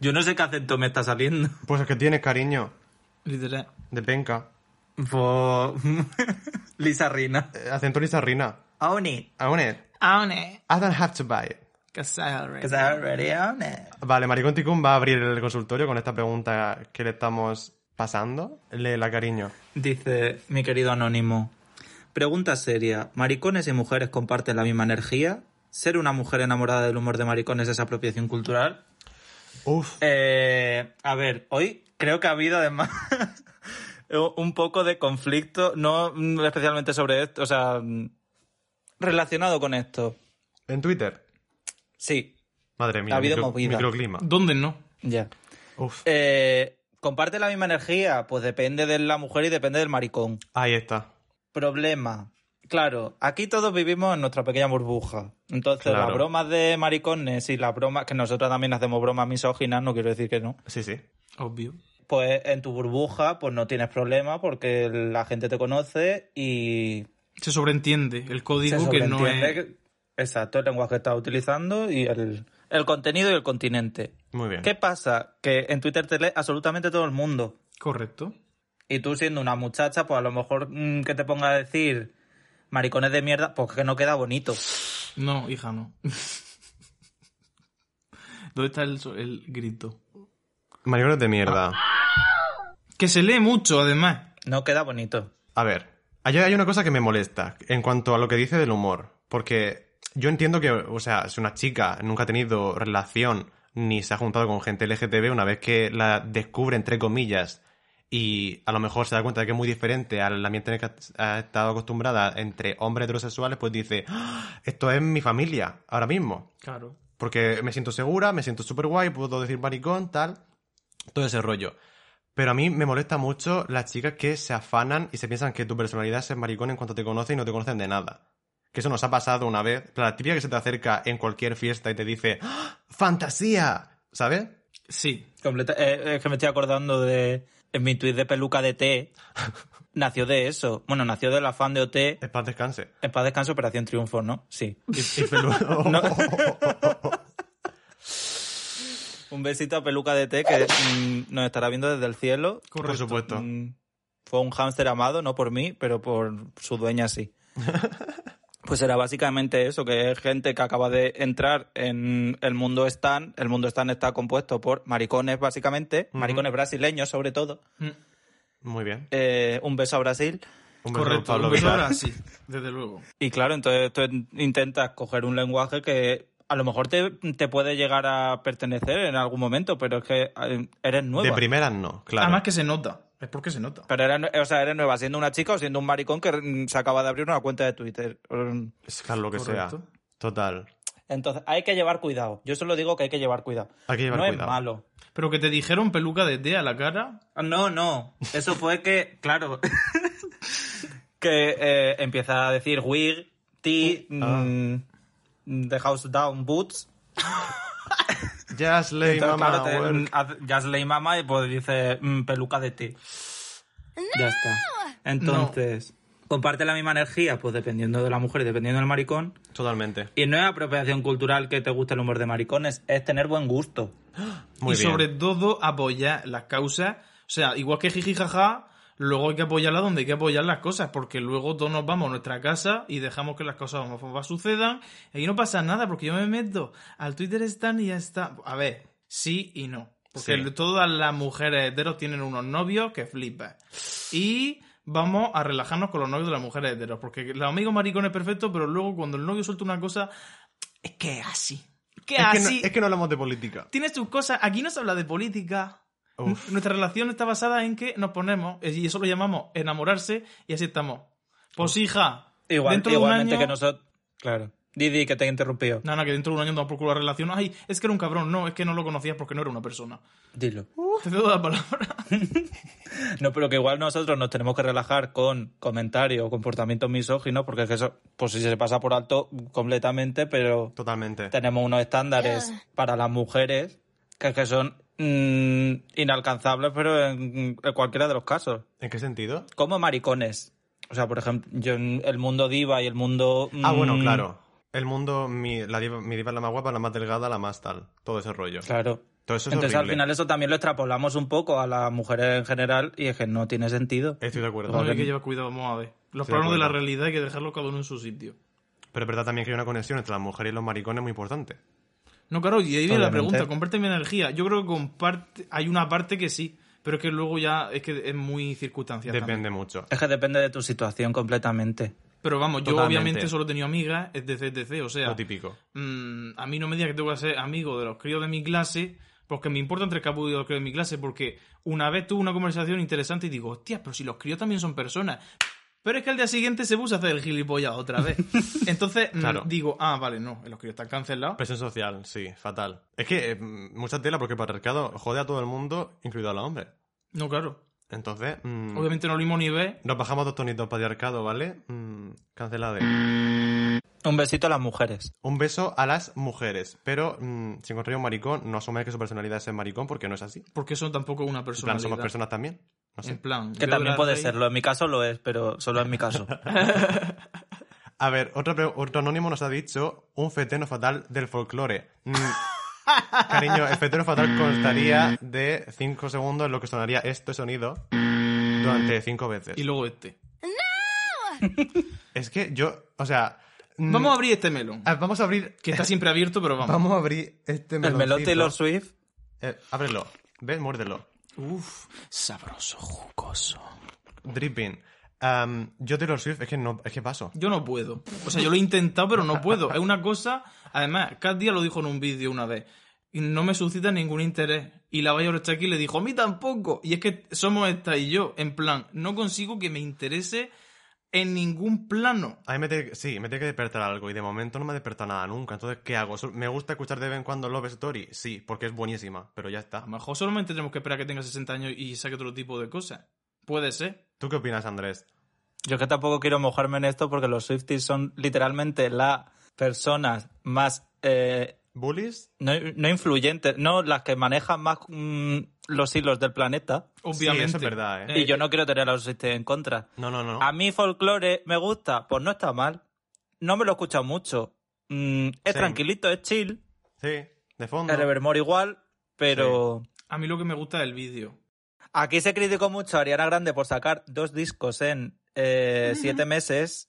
Yo no sé qué acento me está saliendo. (laughs)
Pues es que tienes, cariño,
Literal.
de penca.
(laughs) Lisa Rina.
Eh, Acento lizarrina.
Oni.
Own it.
Aune,
I don't have to buy it.
Casare.
Vale, Maricón Ticún va a abrir el consultorio con esta pregunta que le estamos pasando. Léela, cariño.
Dice mi querido anónimo. Pregunta seria. ¿Maricones y mujeres comparten la misma energía? ¿Ser una mujer enamorada del humor de maricones es apropiación cultural?
Uf.
Eh, a ver, hoy creo que ha habido además (laughs) un poco de conflicto, no mm, especialmente sobre esto, o sea, mm, relacionado con esto.
¿En Twitter?
Sí,
Madre mía,
Ha habido
micro-
movida.
microclima.
¿Dónde no?
ya.
Uf,
Eh, ¿Comparte la misma energía? Pues depende de la mujer y depende del maricón.
ahí está.
Problema. Claro, aquí todos vivimos en nuestra pequeña burbuja. Entonces,
Claro.
las bromas de maricones y las bromas, que nosotros también hacemos bromas misóginas, no quiero decir que no.
Sí, sí.
Obvio.
Pues en tu burbuja, pues no tienes problema porque la gente te conoce y
Se sobreentiende el código
se
que no
sobreentiende
es.
que- Exacto, el lenguaje que estás utilizando y el, el contenido y el continente.
Muy bien.
¿Qué pasa? Que en Twitter te lee absolutamente todo el mundo.
Correcto.
Y tú siendo una muchacha, pues a lo mejor mm, que te ponga a decir maricones de mierda, pues que no queda bonito.
No, hija, no. (laughs) ¿Dónde está el, so- el grito?
Maricones de mierda.
Que se lee mucho, además.
No queda bonito.
A ver, hay, hay una cosa que me molesta en cuanto a lo que dice del humor. Porque yo entiendo que, o sea, si una chica nunca ha tenido relación ni se ha juntado con gente LGTB, una vez que la descubre, entre comillas, y a lo mejor se da cuenta de que es muy diferente al ambiente en el que ha ha estado acostumbrada entre hombres heterosexuales, pues dice, "Ah, esto es mi familia ahora mismo.
Claro.
Porque me siento segura, me siento súper guay, puedo decir maricón, tal. Todo ese rollo. Pero a mí me molesta mucho las chicas que se afanan y se piensan que tu personalidad es ser maricón en cuanto te conocen y no te conocen de nada. Que eso nos ha pasado una vez. En plan, La típica que se te acerca en cualquier fiesta y te dice "¡Ah! ¡Fantasía! ¿Sabes?
Sí.
Completa- eh, es que me estoy acordando de en mi tuit de peluca de T. nació de eso. Bueno, nació del afán de OT.
Es paz descanse.
En paz descanso, Operación Triunfo, ¿no? Sí.
Y- y pelu- (laughs)
No. Un besito a Peluca de Té que mm, nos estará viendo desde el cielo.
Por supuesto.
Mm, fue un hámster amado, no por mí, pero por su dueña
(laughs)
sí. Pues era básicamente eso, que es gente que acaba de entrar en el mundo Stan. El mundo Stan está compuesto por maricones, básicamente,
Ujú.
maricones brasileños sobre todo.
Mm.
Muy bien.
Eh, un beso a Brasil.
Un beso,
Correcto.
Pablo
un beso
Vilar.
ahora sí, desde luego.
Y claro, entonces tú en- intentas coger un lenguaje que a lo mejor te, te puede llegar a pertenecer en algún momento, pero es que eh, eres
De
nueva.
primeras no, claro.
Además que se nota. Es porque se nota.
Pero eres, nue- o sea, eres nueva, siendo una chica o siendo un maricón que mm, se acaba de abrir una cuenta de Twitter. Mm,
Es claro, lo que sea.
Correcto.
Total.
Entonces, hay que llevar cuidado. Yo solo digo que hay que llevar cuidado.
Hay que llevar
no
cuidado.
es malo.
Pero que te dijeron peluca de té a la cara.
Ah, No, no. Eso fue que, claro, (laughs) que eh, empieza a decir wig, tea,
Uh, ah.
mm, the house down, boots.
Just lay
Entonces,
mama
claro, te- mm,
work.
haz- ya se leí mamá y pues dice mm, peluca de ti. Ya está. Entonces, comparte la misma energía, pues dependiendo de la mujer y dependiendo del maricón.
Totalmente.
Y no es apropiación cultural que te guste el humor de maricones, es tener buen gusto.
Muy
y
bien.
sobre todo apoyar las causas. O sea, igual que jiji jaja, luego hay que apoyarla donde hay que apoyar las cosas, porque luego todos nos vamos a nuestra casa y dejamos que las cosas homófobas sucedan. Y aquí no pasa nada, porque yo me meto al Twitter Stan y ya está. A ver, sí y no. Porque
Sí.
todas las mujeres heteros tienen unos novios que flipas. Y vamos a relajarnos con los novios de las mujeres heteros, porque los amigos maricones es perfecto, pero luego cuando el novio suelta una cosa, es que es así. Que
Es que, no,
así.
es que no hablamos de política.
Tienes tus cosas. Aquí no se habla de política.
Uf.
Nuestra relación está basada en que nos ponemos, y eso lo llamamos enamorarse, y así estamos. Pues hija,
Igual,
dentro de un
igualmente
año...
que nosotros. Claro. Didi, que te he interrumpido.
No, no, que dentro de un año andamos por culo la relación. Ay, es que era un cabrón. No, es que no lo conocías porque no era una persona.
Dilo.
Te cedo la palabra.
No, pero que igual nosotros nos tenemos que relajar con comentarios o comportamientos misóginos, porque es que eso, pues si se pasa por alto completamente, pero
Totalmente.
tenemos unos estándares para las mujeres que, es que son mm, inalcanzables, pero en, en cualquiera de los casos.
¿En qué sentido?
Como maricones. O sea, por ejemplo, yo en el mundo diva y el mundo...
Ah,
mm,
bueno, claro. El mundo, mi, la diva, mi diva es la más guapa, la más delgada, la más tal. Todo ese rollo.
Claro.
Todo eso es
Entonces al
horrible.
final eso también lo extrapolamos un poco a las mujeres en general y es que no tiene sentido.
Estoy de acuerdo.
No, hay que llevar cuidado, vamos a ver. Los
Estoy de
planos de la
acuerdo.
realidad hay que dejarlo cada uno en su sitio.
Pero es verdad también que hay una conexión entre las mujeres y los maricones muy importante.
No, claro, y ahí viene la
Totalmente.
pregunta, comparte mi energía. Yo creo que comparte, hay una parte que sí, pero es que luego ya es que es muy circunstancial. también.
Depende mucho.
Es que depende de tu situación completamente.
Pero vamos, yo
Totalmente.
obviamente solo he tenido amigas, etc, etc. O sea,
Lo típico.
mm, a mí no me digas que tengo que ser amigo de los críos de mi clase, porque me importa entre capullos y los críos de mi clase, porque una vez tuve una conversación interesante y digo, hostia, pero si los críos también son personas. Pero es que al día siguiente se puso a hacer el gilipollas otra
(laughs)
vez. Entonces, mm,
Claro.
digo, ah, vale, no, los críos están cancelados.
Presión social, sí, fatal. Es que eh, mucha tela porque el patriarcado jode a todo el mundo, incluido a los hombres.
No, claro.
Entonces, mm,
Obviamente no lo mismo ni ve.
nos bajamos dos tonitos patriarcado, ¿vale? Mm, cancelade.
Un besito a las mujeres.
Un beso a las mujeres. Pero mm, si encontráis un maricón, no asumáis que su personalidad es ser maricón porque no es así.
Porque son tampoco una
En plan,
personalidad. Eh.
somos personas también. No sé.
En plan.
Que
yo
también
la
puede
rey-
serlo. En mi caso lo es, pero solo en mi (laughs) caso.
A ver, otro, pre- otro anónimo nos ha dicho un feteno fatal del folclore. Mm, Cariño, el feteno fatal constaría de 5 segundos en lo que sonaría este sonido durante 5 veces.
Y luego este.
Es que yo, o sea... mm,
Vamos a abrir este melón.
a- vamos a abrir...
Que está siempre abierto, pero vamos.
(laughs) Vamos a abrir este
el melón Taylor Swift.
Eh, ábrelo. Ve, muérdelo.
Uf, sabroso, jugoso.
Dripping. Am, yo Taylor Swift es que no... Es que paso.
Yo no puedo. O sea, yo lo he intentado, pero no puedo. Es una cosa. Además, Kat Díaz lo dijo en un vídeo una vez. Y no me suscita ningún interés. Y la Bayer aquí le dijo, a mí tampoco. Y es que somos esta y yo. En plan, no consigo que me interese en ningún plano.
A mí me tiene, que- sí, me tiene que despertar algo y de momento no me ha despertado nada nunca. Entonces, ¿qué hago? Sol- ¿Me gusta escuchar de vez en cuando Love Story? Sí, porque es buenísima, pero ya
A
está.
lo mejor solamente tenemos que esperar a que tenga 60 años y saque otro tipo de cosas. Puede ser.
¿Tú qué opinas, Andrés?
Yo es que tampoco quiero mojarme en esto porque los Swifties son literalmente las personas más eh,
¿Bullies?
no, no influyentes, no las que manejan más mm, los hilos del planeta.
Obviamente.
Sí, eso es verdad, ¿eh?
y yo no quiero tener a los Swifties en contra.
No, no, no.
A mí folclore me gusta, pues no está mal. No me lo escucha mucho. Mm, es
Sí.
tranquilito, es chill.
Sí, de fondo.
El Evermore igual, pero
A mí lo que me gusta es el vídeo.
aquí se criticó mucho a Ariana Grande por sacar dos discos en eh, siete meses.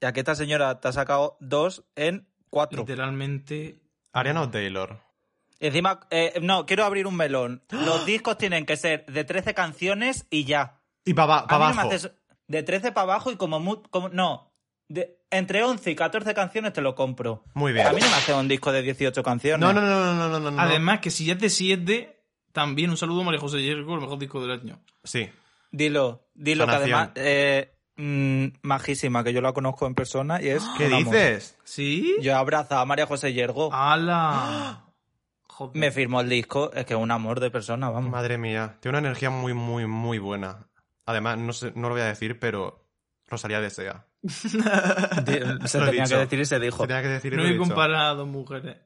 Y aquí esta señora te ha sacado dos en cuatro.
Literalmente.
Ariana o Taylor.
Encima, eh, no, quiero abrir un melón.
(gasps)
Los discos tienen que ser de 13 canciones y ya.
Y para
A mí no me
abajo.
haces- de 13 para abajo y como, mu- como- no, de- entre 11 y 14 canciones te lo compro.
Muy bien.
A mí no me hace un disco de 18 canciones.
No, no, no, no, no, no, no, no.
Además, que si ya es de 7, también un saludo a María José Yergo, el mejor disco del año.
Sí.
Dilo, dilo que
Sanación.
además eh, mm, majísima, que yo la conozco en persona y es
¿Qué
un amor.
dices? Ah.
¿Sí?
Yo abrazo a María José Yergo.
(gasps) ¡Hala! Joder.
Me firmó el disco, es que es un amor de persona, vamos.
Madre mía, tiene una energía muy, muy, muy buena. Además, no, sé, no lo voy a decir, pero Rosalía desea.
Di- (laughs)
(laughs)
Se
Lo he
tenía
dicho.
que decir y se dijo.
Se tenía que decir y
no
lo he
he
dicho.
comparado a dos mujeres.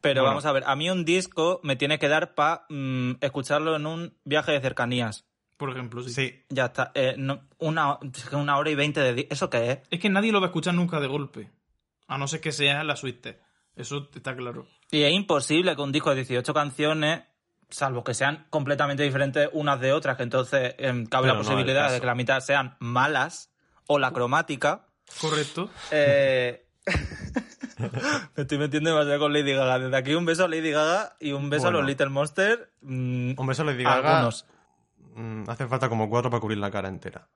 Pero
Bueno.
vamos a ver, a mí un disco me tiene que dar para escucharlo en un viaje de cercanías.
Por ejemplo, sí.
Sí,
Ya está. eh, no, una, es que una hora y veinte de di- ¿Eso qué es?
Es que nadie lo va a escuchar nunca de golpe. A no ser que sea la suite. Eso está claro.
Y es imposible que un disco de 18 canciones, salvo que sean completamente diferentes unas de otras, que entonces em, cabe
Pero
la
no es el
posibilidad de
caso.
que la mitad sean malas o la cromática.
Correcto.
(laughs)
eh, Me estoy metiendo demasiado con Lady Gaga. Desde aquí un beso a Lady Gaga y un beso a los
Bueno.
Little Monster. mm,
un beso le diga.
algunos.
Hace falta como cuatro para cubrir la cara entera.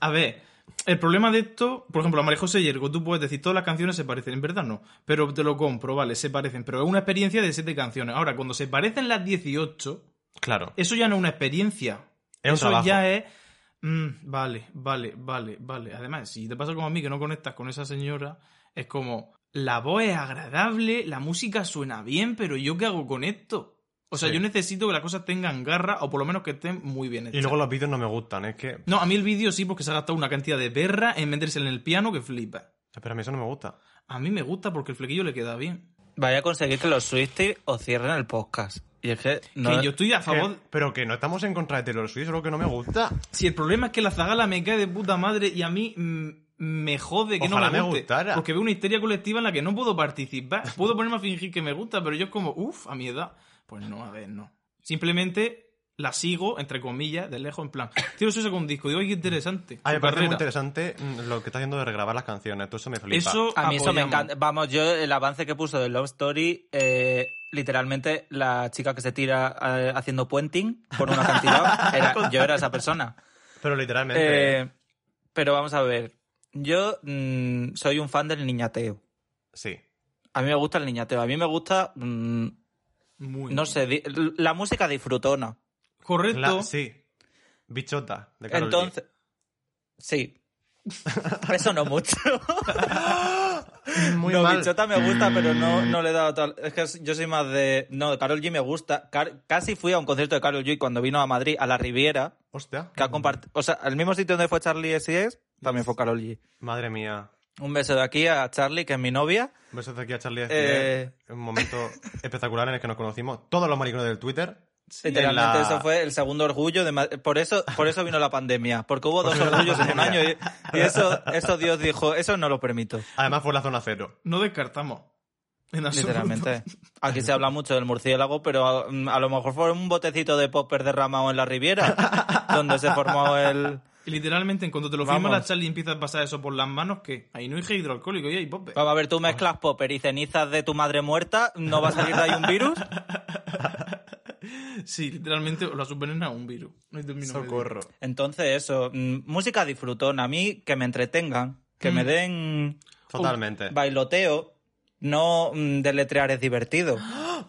A ver, el problema de esto, por ejemplo, a María José Yergo, tú puedes decir todas las canciones se parecen, en verdad no, pero te lo compro, vale, se parecen, pero es una experiencia de siete canciones. Ahora, cuando se parecen las 18,
Claro.
eso ya no es una experiencia.
Es un
eso
trabajo.
ya es. mm, vale, vale, vale, vale. Además, si te pasa como a mí que no conectas con esa señora, es como. La voz es agradable, la música suena bien, pero ¿yo qué hago con esto? O sea,
Sí.
yo necesito que las cosas tengan garra o por lo menos que estén muy bien hechas.
Y luego los vídeos no me gustan, es que.
No, a mí el vídeo sí, porque se ha gastado una cantidad de perra en meterse en el piano que flipa.
Pero a mí eso no me gusta.
A mí me gusta porque el flequillo le queda bien.
Vaya a conseguir que los Swifties os cierren el podcast. Y es que no,
que yo estoy a favor.
Que- Eh, pero que no estamos en contra de Taylor Swift, solo que no me gusta.
Si el problema es que la zagala me cae de puta madre y a mí mm, me jode que
Ojalá
no me,
me
guste,
gustara.
Porque veo una histeria colectiva en la que no puedo participar. Puedo ponerme a fingir que me gusta, pero yo es como, uff, a mi edad. Pues no, a ver, no. Simplemente la sigo, entre comillas, de lejos, en plan. Tío, eso saca un disco. Digo, ay, qué interesante.
A mí
su
Ah, me parece muy
carrera.
interesante mm, lo que está haciendo de regrabar las canciones, todo eso me flipa.
Eso
A mí eso me
apoyamos.
encanta. Vamos, yo el avance que puso de Love Story, eh, literalmente la chica que se tira eh, haciendo puenting por una cantidad,
(laughs)
era- yo era esa persona.
Pero literalmente.
Eh, pero vamos a ver, yo mm, soy un fan del niñateo.
Sí.
A mí me gusta el niñateo, a mí me gusta, mm,
Muy
no
bien.
sé, di- la música disfrutona.
Correcto.
La- sí. Bichota de Karol G.
Entonces,
(laughs)
Sí. Eso no mucho.
Muy
no,
mal. Mm.
Bichota me gusta, pero no, no le he dado tal. Es que yo soy más de. No, de Carol G me gusta. Car- Casi fui a un concierto de Carol G cuando vino a Madrid, a la Riviera,
Hostia.
que ha compartido. O sea, al mismo sitio donde fue Charlie SES, también fue Carol G.
Madre mía.
Un beso de aquí a Charlie, que es mi novia.
Un beso de aquí a Charlie.
Eh.
Esquivel. Un momento (laughs) espectacular en el que nos conocimos todos los maricones del Twitter.
Literalmente,
En la-
eso fue el segundo orgullo de Ma- por eso Por eso vino la pandemia, porque hubo dos orgullos en un año y, y eso, eso Dios dijo, eso no lo permito.
Además fue la zona cero.
No descartamos. (laughs) En absoluto.
Literalmente. Aquí se habla mucho del murciélago, pero a, a lo mejor fue un botecito de popper derramado en la Riviera, donde se formó el...
Y literalmente, en cuanto te lo firma
Vamos.
la Charlie y empiezas a pasar eso por las manos, que ahí no hay gel hidroalcohólico y hay pope.
Vamos a ver, tú mezclas popper y cenizas de tu madre muerta, ¿no va a salir de ahí un virus?
Sí, literalmente lo subvenena un virus. No hay término medio.
Socorro.
Entonces eso, mm, música disfrutona, a mí que me entretengan, que me den...
Totalmente.
bailoteo, no mm, deletrear es divertido,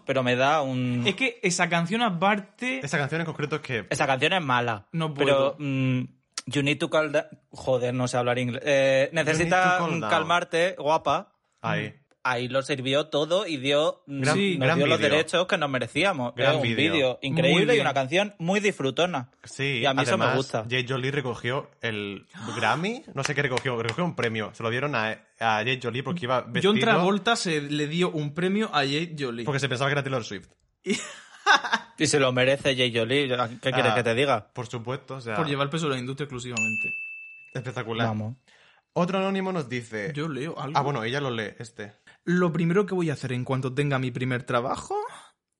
pero me da
Mm.
un...
Es que esa canción aparte.
Esa canción en concreto es que.
Esa canción es mala,
No puedo.
pero mm, you need to calm da- Joder, no sé hablar inglés. Eh, necesita
to calm
mm,
down.
calmarte, guapa.
Ahí.
Ahí lo sirvió todo y dio, mm,
Gran-
nos
gran
dio los
vídeo.
derechos que nos merecíamos.
Gran
es un
vídeo.
vídeo
Muy
increíble y
bien.
una canción muy disfrutona.
Sí,
Y a mí eso me
además,
gusta.
J. Jolie recogió
(gasps)
el Grammy, no sé qué recogió, recogió un premio. Se lo dieron a, a J. Jolie porque iba vestido...
John Travolta se le dio un premio a Jade Jolie.
Porque se pensaba que era Taylor Swift.
Y se lo merece J. Jolie. ¿Qué quieres
Ah.
que te diga?
Por supuesto, o sea,
Por llevar el peso de la industria exclusivamente.
espectacular.
Vamos.
Otro anónimo nos dice...
Yo leo algo.
Ah, bueno, ella lo lee, este.
Lo primero que voy a hacer en cuanto tenga mi primer trabajo.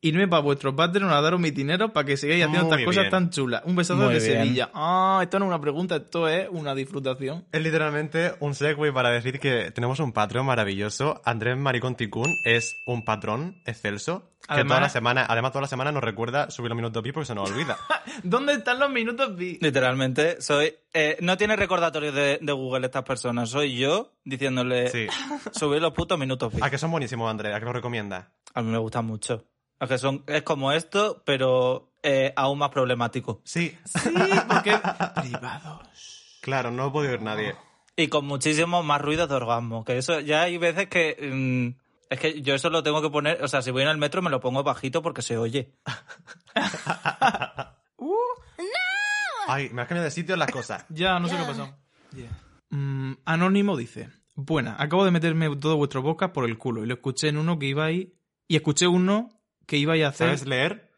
Y no es para vuestros Patreon a daros mi dinero para que sigáis haciendo
Muy
estas cosas
bien.
tan chulas. Un besazo
Muy
de
bien.
Sevilla. Ah, esto no es una pregunta, esto es una disfrutación.
Es literalmente un segue para decir que tenemos un patrón maravilloso. Andrés Maricón Ticún es un patrón excelso. Que
Además-
toda la semana, además toda la semana nos recuerda subir los minutos VIP porque se nos
(laughs)
olvida.
¿Dónde están los minutos
(laughs)
B?
Literalmente, soy. eh, no tiene recordatorios de, de Google estas personas, soy yo diciéndole
Sí.
subir los putos
(laughs)
minutos.
¿A que son buenísimos, Andrés? ¿A que lo recomienda?
A mí me gusta mucho. Es que son, es como esto, pero eh, aún más problemático.
Sí.
Sí, porque privados.
Claro, no puede ir nadie.
Y con muchísimos más ruidos de orgasmo. Que eso ya hay veces que. mm, es que yo eso lo tengo que poner. O sea, si voy en el metro me lo pongo bajito porque se oye.
Ay, me has cambiado de sitio las
(laughs)
cosas.
Ya, no sé qué ha pasado. Mm, Anónimo dice: Buena, acabo de meterme todo vuestro boca por el culo y lo escuché en uno que ibais. Y escuché uno que ibais a hacer.
¿Sabes leer?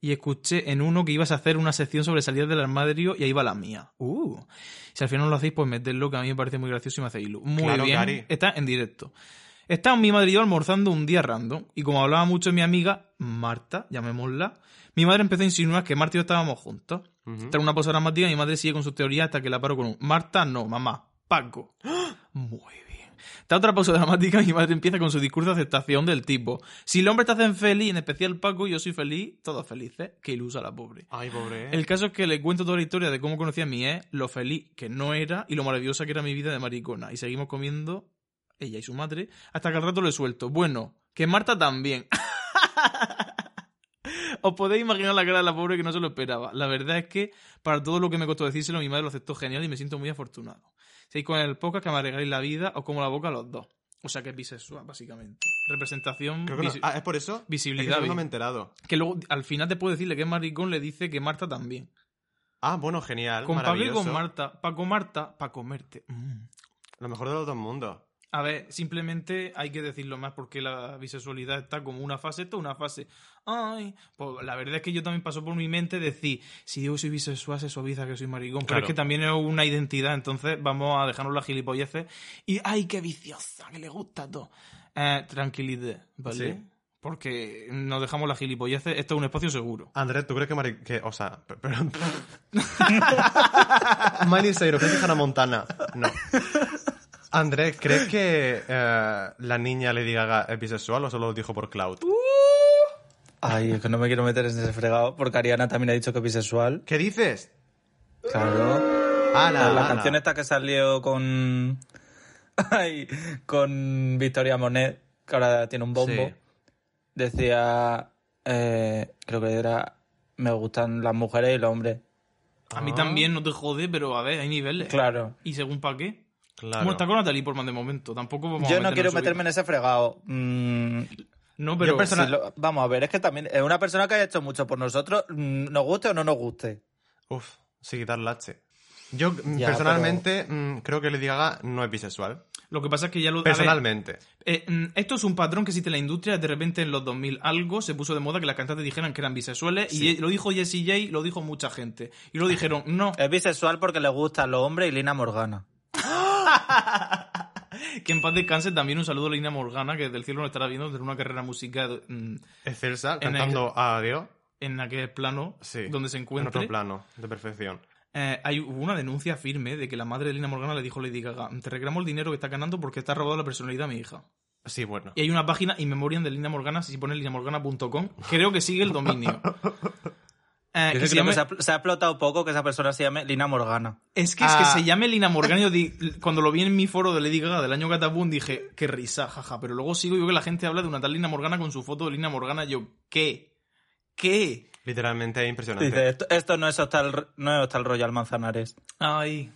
Y escuché en uno que ibas a hacer una sección sobre salidas del armario y ahí va la mía. Uh. Si al final no lo hacéis, pues metedlo, que a mí me parece muy gracioso y me hace ilu. Muy
Claro,
bien.
Cari.
Está en directo. Estaba mi madre y yo almorzando un día random, y como hablaba mucho mi amiga, Marta, llamémosla, mi madre empezó a insinuar que Marta y yo estábamos juntos. Tras una pausa dramática, mi madre sigue con sus teorías hasta que la paro con un Marta, no, mamá, Paco. Muy bien. Tras otra pausa dramática, mi madre empieza con su discurso de aceptación del tipo. Si el hombre te hace feliz, en especial Paco, yo soy feliz, todos felices, que ilusa la pobre.
Ay, pobre.
El caso es que le cuento toda la historia de cómo conocí a mi ex, lo feliz que no era y lo maravillosa que era mi vida de maricona. Y seguimos comiendo, ella y su madre, hasta que al rato le suelto. Bueno, que Marta también. (laughs) Os podéis imaginar la cara de la pobre que no se lo esperaba. La verdad es que, para todo lo que me costó decírselo, mi madre lo aceptó genial y me siento muy afortunado. Seguís con el podcast que me arregláis la vida o como la boca a los dos. O sea que es bisexual, básicamente. Representación.
Creo que no-
bise-
Ah, ¿es por eso?
visibilidad,
Es que yo no
vi.
me he enterado.
que luego, al final, después de decirle que es maricón, le dice que Marta también.
Ah, bueno, genial.
Con Pablo y
maravilloso.
con Marta. Paco Marta, para comerte. Mm.
Lo mejor de los dos mundos.
A ver, simplemente hay que decirlo más porque la bisexualidad está como una fase, esto es una fase. Ay, pues la verdad es que yo también pasó por mi mente decir, si digo que soy bisexual se suaviza que soy maricón, pero
Claro.
es que también es una identidad, entonces vamos a dejarnos las gilipolleces y ay, qué viciosa, que le gusta todo. Eh, tranquilidad, ¿vale?
Sí.
Porque nos dejamos las gilipolleces, esto es un espacio seguro.
Andrés, ¿tú crees que, Mari- que- o sea, per- perdón. Miley Cyrus, ¿crees que Hannah Montana? No. Andrés, ¿crees que eh, la niña Lady Gaga es bisexual o solo lo dijo por cloud?
Ay, es que no me quiero meter en ese fregado porque Ariana también ha dicho que es bisexual.
¿Qué dices?
Claro.
Ala,
la
ala.
canción esta que salió con. (laughs) Ay, con Victoria Monet, que ahora tiene un bombo.
Sí.
decía, eh, creo que era, me gustan las mujeres y los hombres.
A
Ah.
mí también no te jode, pero a ver, hay niveles.
Claro.
¿Y según para qué?
Claro.
Bueno, está con Natalie Portman de momento. Tampoco vamos a
Yo no
meternos
quiero
en su
meterme en
vida.
ese fregado. Mm,
No, pero...
yo persona- vamos a ver, es que también es una persona que ha hecho mucho por nosotros, mm, nos guste o no nos guste.
Uf, sí, quitar la H. Yo mm,
Ya,
personalmente mm, creo que Lady Gaga no es bisexual.
Lo que pasa es que ya lo... a ver,
Personalmente.
eh, mm, esto es un patrón que existe en la industria. De repente en los 2000 algo se puso de moda que las cantantes dijeran que eran bisexuales. Y lo dijo Jessie J, lo dijo mucha gente. Y lo dijeron, no,
Es bisexual porque le gustan los hombres y Lina Morgana.
que en paz descanse. También un saludo a Lina Morgana, que desde el cielo nos estará viendo tener una carrera musical mm,
Es Celsa
En el-
cantando a Dios.
en aquel plano
Sí.
donde se
En otro
encuentre.
plano, de perfección.
Eh, hay hubo una denuncia firme de que la madre de Lina Morgana le dijo a Lady Gaga, te reclamo el dinero que estás ganando porque te has robado la personalidad a mi hija.
Sí, bueno.
Y hay una página in memoriam de Lina Morgana, si pones linamorgana.com, creo que sigue el dominio. Eh, que
Yo creo
se
que
llame-
se, ha, se ha explotado poco que esa persona se llame Lina Morgana.
es que es que
Ah.
se llame Lina Morgana, yo di- cuando lo vi en mi foro de Lady Gaga del año Gataboom dije, qué risa, jaja, pero luego sigo yo que la gente habla de una tal Lina Morgana con su foto de Lina Morgana, yo, ¿qué? ¿Qué?
Literalmente es impresionante.
Dice, esto, esto no es hostal, no es hostal Royal Manzanares.
Ay,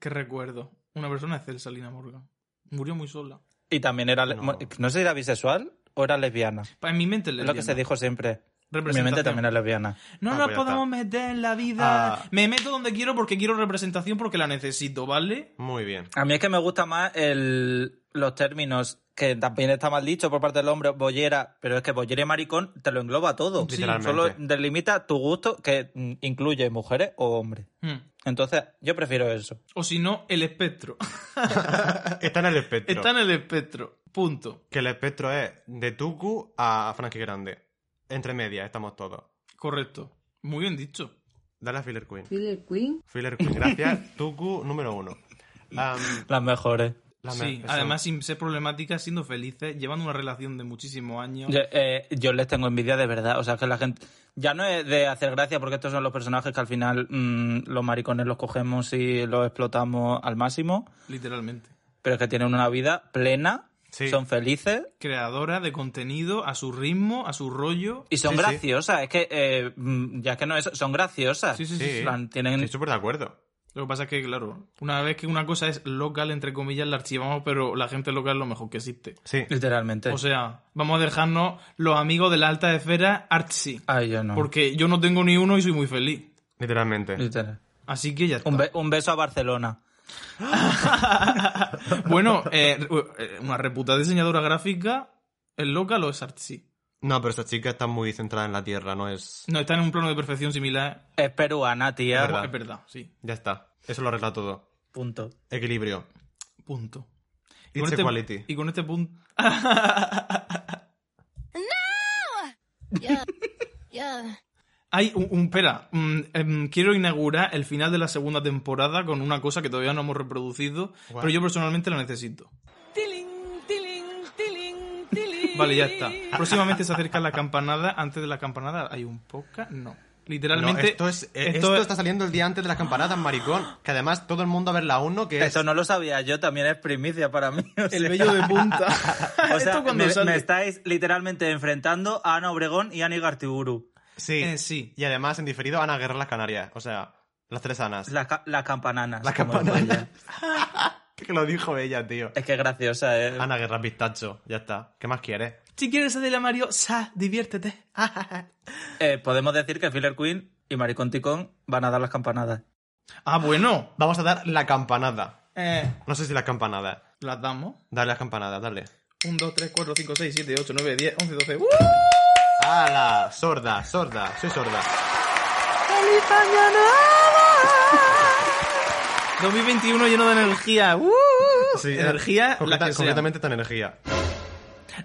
qué recuerdo. Una persona excelsa, Lina Morgan. Murió muy sola.
Y también era, le-
No.
no. sé si era bisexual o era lesbiana.
Pa- En mi mente es
Es lo que se
lesbiana.
dijo siempre. Mi
Representación.
mente también es lesbiana.
No
Ah,
nos
pues ya
podemos meter en la vida.
Ah.
Me meto donde quiero porque quiero representación porque la necesito, ¿vale?
Muy bien.
A mí es que me gusta más el, los términos que también está mal dicho por parte del hombre, bollera, pero es que bollera y maricón te lo engloba todo.
Sí. Literalmente.
Solo delimita tu gusto que mm, incluye mujeres o hombres.
Hmm.
Entonces, yo prefiero eso.
O si no, el espectro.
(laughs)
(laughs)
Está en el espectro.
Está en el espectro. Punto.
Que el espectro es de Tuku a Frankie Grande. Entre medias, estamos todos.
Correcto. Muy bien dicho.
Dale a Filler Queen.
Killer Queen.
Filler Queen,
(laughs)
gracias. Tuku número uno. Am,
Las mejores.
la me-
sí,
eso-
además sin ser problemática, siendo felices, llevando una relación de muchísimos años.
Yo, eh, yo les tengo envidia de verdad. O sea, que la gente. Ya no es de hacer gracia porque estos son los personajes que al final mm, los maricones los cogemos y los explotamos al máximo.
Literalmente.
Pero es que tienen una vida plena,
Sí.
son felices
Creadora de contenido a su ritmo, a su rollo.
y son
Sí, sí.
graciosas. Es que, eh, mm, ya que no es. Son graciosas.
Sí, sí, sí.
Sí.
En plan, tienen.
Estoy súper de acuerdo.
Lo que pasa es que, claro, una vez que una cosa es local, entre comillas, la archivamos, pero la gente local es lo mejor que existe.
Sí.
Literalmente.
O sea, vamos a dejarnos los amigos de la alta esfera artsy.
Ay, yo
Ah.
no.
Porque yo no tengo ni uno y soy muy feliz.
Literalmente.
Literal.
Así que ya está.
Un, be- un beso a Barcelona.
(laughs) Bueno, eh, eh, una reputada diseñadora gráfica, el local o es artsy.
No, pero esta chica está muy centrada en la tierra, no es.
No, está en un plano de perfección similar.
Es peruana, tía.
Es verdad.
Es verdad, sí.
Ya está. Eso lo arregla todo.
Punto.
Equilibrio.
Punto. Y
It's
con
equality.
este, y con este punto...
Yeah. Yeah.
Hay un, un- espera, mm, em, quiero inaugurar el final de la segunda temporada con una cosa que todavía no hemos reproducido,
Guau.
pero yo personalmente la necesito.
Tiling, tiling, tiling, tiling.
Vale, ya está. Próximamente se acerca la campanada. Antes de la campanada hay un poca. No. Literalmente.
No, esto, es, eh, esto,
es-
está saliendo el día antes de las campanadas, maricón. Que además todo el mundo a ver la 1, que es.
Eso no lo sabía yo, también es primicia para mí. o sea.
El vello de
(laughs)
punta.
O sea,
(laughs) esto cuando
me,
sale.
me estáis literalmente enfrentando a Ana Obregón y a Ani Gartiburu.
Sí.
Eh, sí.
Y además en diferido Ana Guerra las Canarias. O sea, las tres Anas.
Las, ca- las campananas.
Las
como
campananas.
digo ella.
(laughs) Que lo dijo ella, tío.
Es que es graciosa, eh.
Ana Guerra pistacho. Ya está. ¿Qué más quieres?
Si quieres salir a Mario, sa, diviértete. (laughs) Ah,
Eh, Podemos decir que Filler Queen y Maricón Ticón van a dar las campanadas.
ah, bueno.
Vamos a dar la campanada.
Eh,
No sé si la campanada.
las damos.
Dale las campanadas, dale.
1, 2, 3, 4, 5, 6, 7, 8, 9, 10, 11, 12.
¡Hala! Sorda, sorda. Soy sorda.
2021 lleno de energía. ¡Uh! (laughs)
Sí, eh,
energía, la
concreta-
que sea.
concretamente esta energía.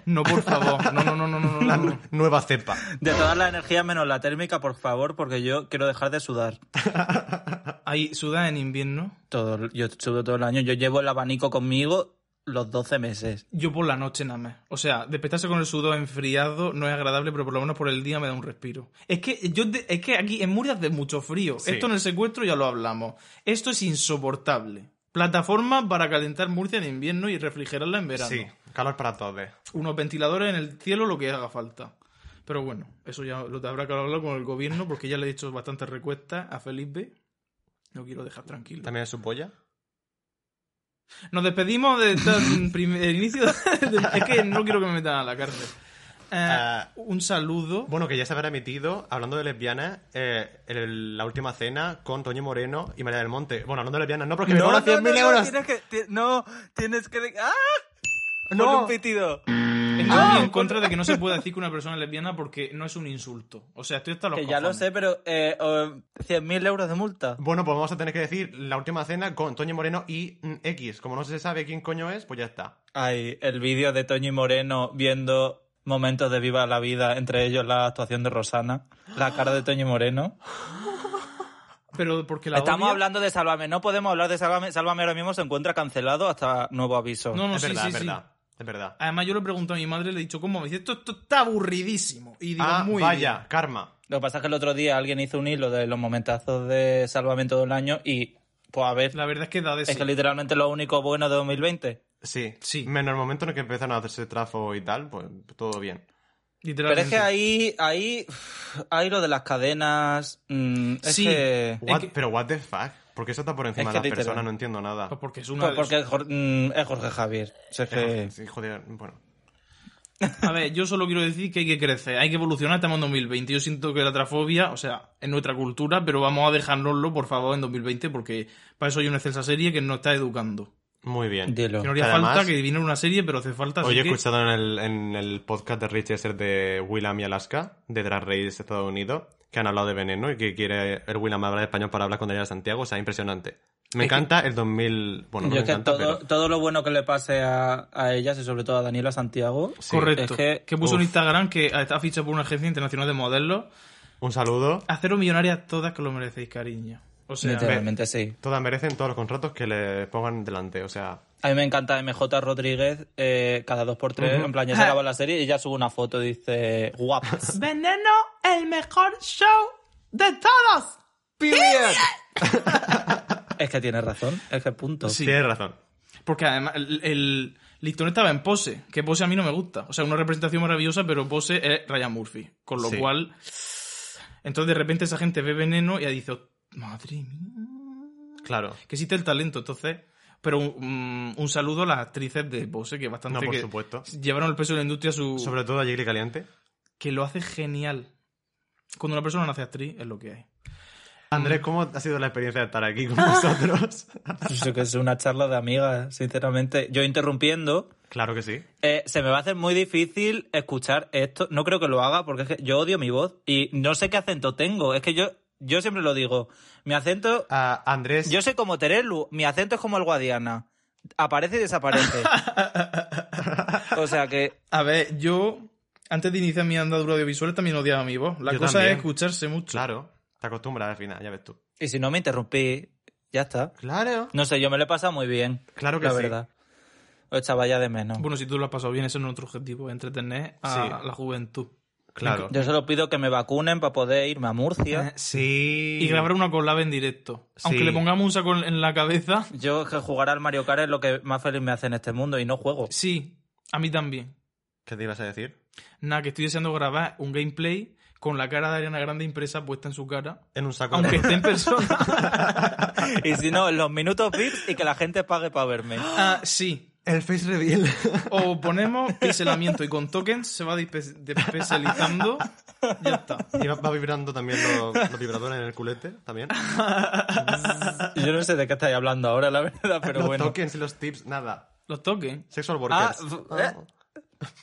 No,
(laughs)
por favor. No, no, no, no, no. no,
La
no.
nu- nueva cepa.
De todas las energías menos la térmica, por favor, porque yo quiero dejar de sudar.
Ahí suda en invierno.
Todo, yo sudo todo el año. Yo llevo el abanico conmigo los 12 meses.
Yo por la noche nada más. O sea, despertarse con el sudor enfriado no es agradable, pero por lo menos por el día me da un respiro. Es que yo de- es que aquí en Murcia hace mucho frío.
Sí.
Esto en el secuestro ya lo hablamos. Esto es insoportable. Plataforma para calentar Murcia en invierno y refrigerarla en verano.
Sí, calor para todos.
Unos ventiladores en el cielo, lo que haga falta. Pero bueno, eso ya lo habrá que hablar con el gobierno, porque ya le he hecho bastantes recuestas a Felipe. Lo quiero dejar tranquilo.
¿También es su polla?
Nos despedimos del
(laughs)
de, primer inicio. de- es que no quiero que me metan a la cárcel. Eh,
Ah.
un saludo.
Bueno, que ya se habrá emitido, hablando de lesbianas, eh, el- la última cena con Toño Moreno y María del Monte. Bueno, hablando de lesbianas, no, porque me cobra 100.000 euros.
Tienes que, ti- no, tienes que. ¡Ah!
No.
Con un pitido.
Estoy
Ah.
en contra de que no se pueda decir que una persona es lesbiana porque no es un insulto. O sea, estoy hasta los
Que ya lo
cojones.
sé, pero eh, oh, 100.000 euros de multa.
Bueno, pues vamos a tener que decir la última cena con Toño Moreno y mm, X. Como no se sabe quién coño es, pues ya está.
Ay, el vídeo de Toño y Moreno viendo momentos de Viva la Vida, entre ellos la actuación de Rosana, la cara de Toño y Moreno.
Pero porque la
(gasps) Estamos
odia-
hablando de Sálvame, no podemos hablar de Sálvame. Sálvame ahora mismo se encuentra cancelado hasta nuevo aviso.
No, no,
es
sí,
verdad,
sí,
es
sí.
verdad. Es verdad.
Además, yo le he preguntado a mi madre, le he dicho, ¿cómo? Me dice, esto, esto está aburridísimo. Y digo,
ah,
muy
vaya,
bien.
karma.
Lo que pasa es que el otro día alguien hizo un hilo de los momentazos de Sálvame todo el año y, pues a ver,
La verdad es que da de
es
sí.
que literalmente lo único bueno de 2020.
Sí.
Sí.
Menos el momento en el que empezaron a hacerse trafo y tal, pues todo bien.
Pero es
Literalmente.
que ahí, ahí, ahí lo de las cadenas. mm, es
Sí.
que-
What-
que-
Pero what the fuck? ¿por qué eso está por encima
Es que
de las
literal.
personas? No entiendo nada.
Pues porque es una de
Pues porque es Jor- mm, es Jorge Javier. Si es que-
Sí, joder, bueno.
A ver, yo solo quiero decir que hay que crecer, hay que evolucionar, estamos en 2020. Yo siento que la trafobia, o sea, en nuestra cultura, pero vamos a dejárnoslo, por favor, en 2020, porque para eso hay una excelsa serie que nos está educando.
Muy bien.
Dilo.
Que no haría
Que además-
falta que viniera una serie, pero hace falta... así
Hoy he
que-
escuchado en el, en el podcast de Richester de Willam y Alaska, de Drag Race Estados Unidos, que han hablado de veneno y que quiere el Willam hablar español para hablar con Daniela Santiago. O sea, impresionante. Me encanta el 2000... Bueno, no me
Yo es que
encanta,
todo,
pero...
todo lo bueno que le pase a, a ellas y sobre todo a Daniela Santiago.
Sí.
Correcto.
Es que-
que puso
uf.
en Instagram que está fichado por una agencia internacional de modelos.
Un saludo.
Haceros millonarias todas que lo merecéis, cariño. O sea,
Literalmente sí.
Todas merecen todos los contratos que le pongan delante. O sea,
A mí me encanta MJ Rodríguez eh, cada dos por tres. En plan,
Ah.
ya se acaba la serie y ella sube una foto y dice
(laughs)
guapas.
Veneno, el mejor show de todos.
es que tiene razón. Es que punto.
Sí.
tienes razón.
Porque además el, el listón estaba en pose, que pose a mí no me gusta. O sea, una representación maravillosa, pero pose es Ryan Murphy. Con lo
Sí.
cual. Entonces de repente esa gente ve veneno y ya dice, "Oh, madre mía.
Claro.
Que existe el talento, entonces. Pero un, un saludo a las actrices de pose, que bastante.
No, por
que
supuesto.
Llevaron el peso de la industria a su.
Sobre todo a Jiggly Caliente.
Que lo hace genial. Cuando una persona nace actriz, es lo que hay.
Andrés, ¿cómo ha sido la experiencia de estar aquí
(laughs)
con vosotros?
Eso que es una charla de amigas, sinceramente. Yo interrumpiendo.
claro que sí.
Eh, se me va a hacer muy difícil escuchar esto. No creo que lo haga porque es que yo odio mi voz y no sé qué acento tengo. Es que yo, yo siempre lo digo. Mi acento.
Ah, Andrés,
Yo soy como Terelu. Mi acento es como el Guadiana. Aparece y (laughs) desaparece. o sea que.
A ver, yo. Antes de iniciar mi andadura audiovisual también odiaba mi voz. La
Yo
cosa
también.
es escucharse mucho.
claro, te acostumbras al final, ya ves tú.
Y si no me interrumpí, ya está.
Claro.
No sé, yo me lo he pasado muy bien.
Claro que
la
sí.
verdad. Os echaba ya de menos.
Bueno, si tú lo has pasado bien, ese es nuestro objetivo, entretener a
Sí.
la juventud.
Claro.
Yo solo pido que me vacunen para poder irme a Murcia.
Eh, Sí.
Y grabar una collab en directo. Aunque
Sí.
le pongamos un saco en- en la cabeza,
Yo es que jugar al Mario Kart es lo que más feliz me hace en este mundo y no juego.
sí, a mí también.
¿Qué te ibas a decir?
Nada, que estoy deseando grabar un gameplay con la cara de Ariana Grande impresa puesta en su cara.
En un saco. (laughs)
Aunque esté en persona. (laughs)
Y si no, en los minutos bits y que la gente pague para verme.
Ah, sí.
El face (laughs) reveal.
O ponemos pixelamiento y con tokens se va despe- despixelizando. Ya está.
y va, va vibrando también los, los vibradores en el culete, también.
(laughs) Yo no sé de qué estáis hablando ahora, la verdad, pero
los
bueno.
tokens y los tips, nada.
Los tokens.
Sexual workers.
Ah, f-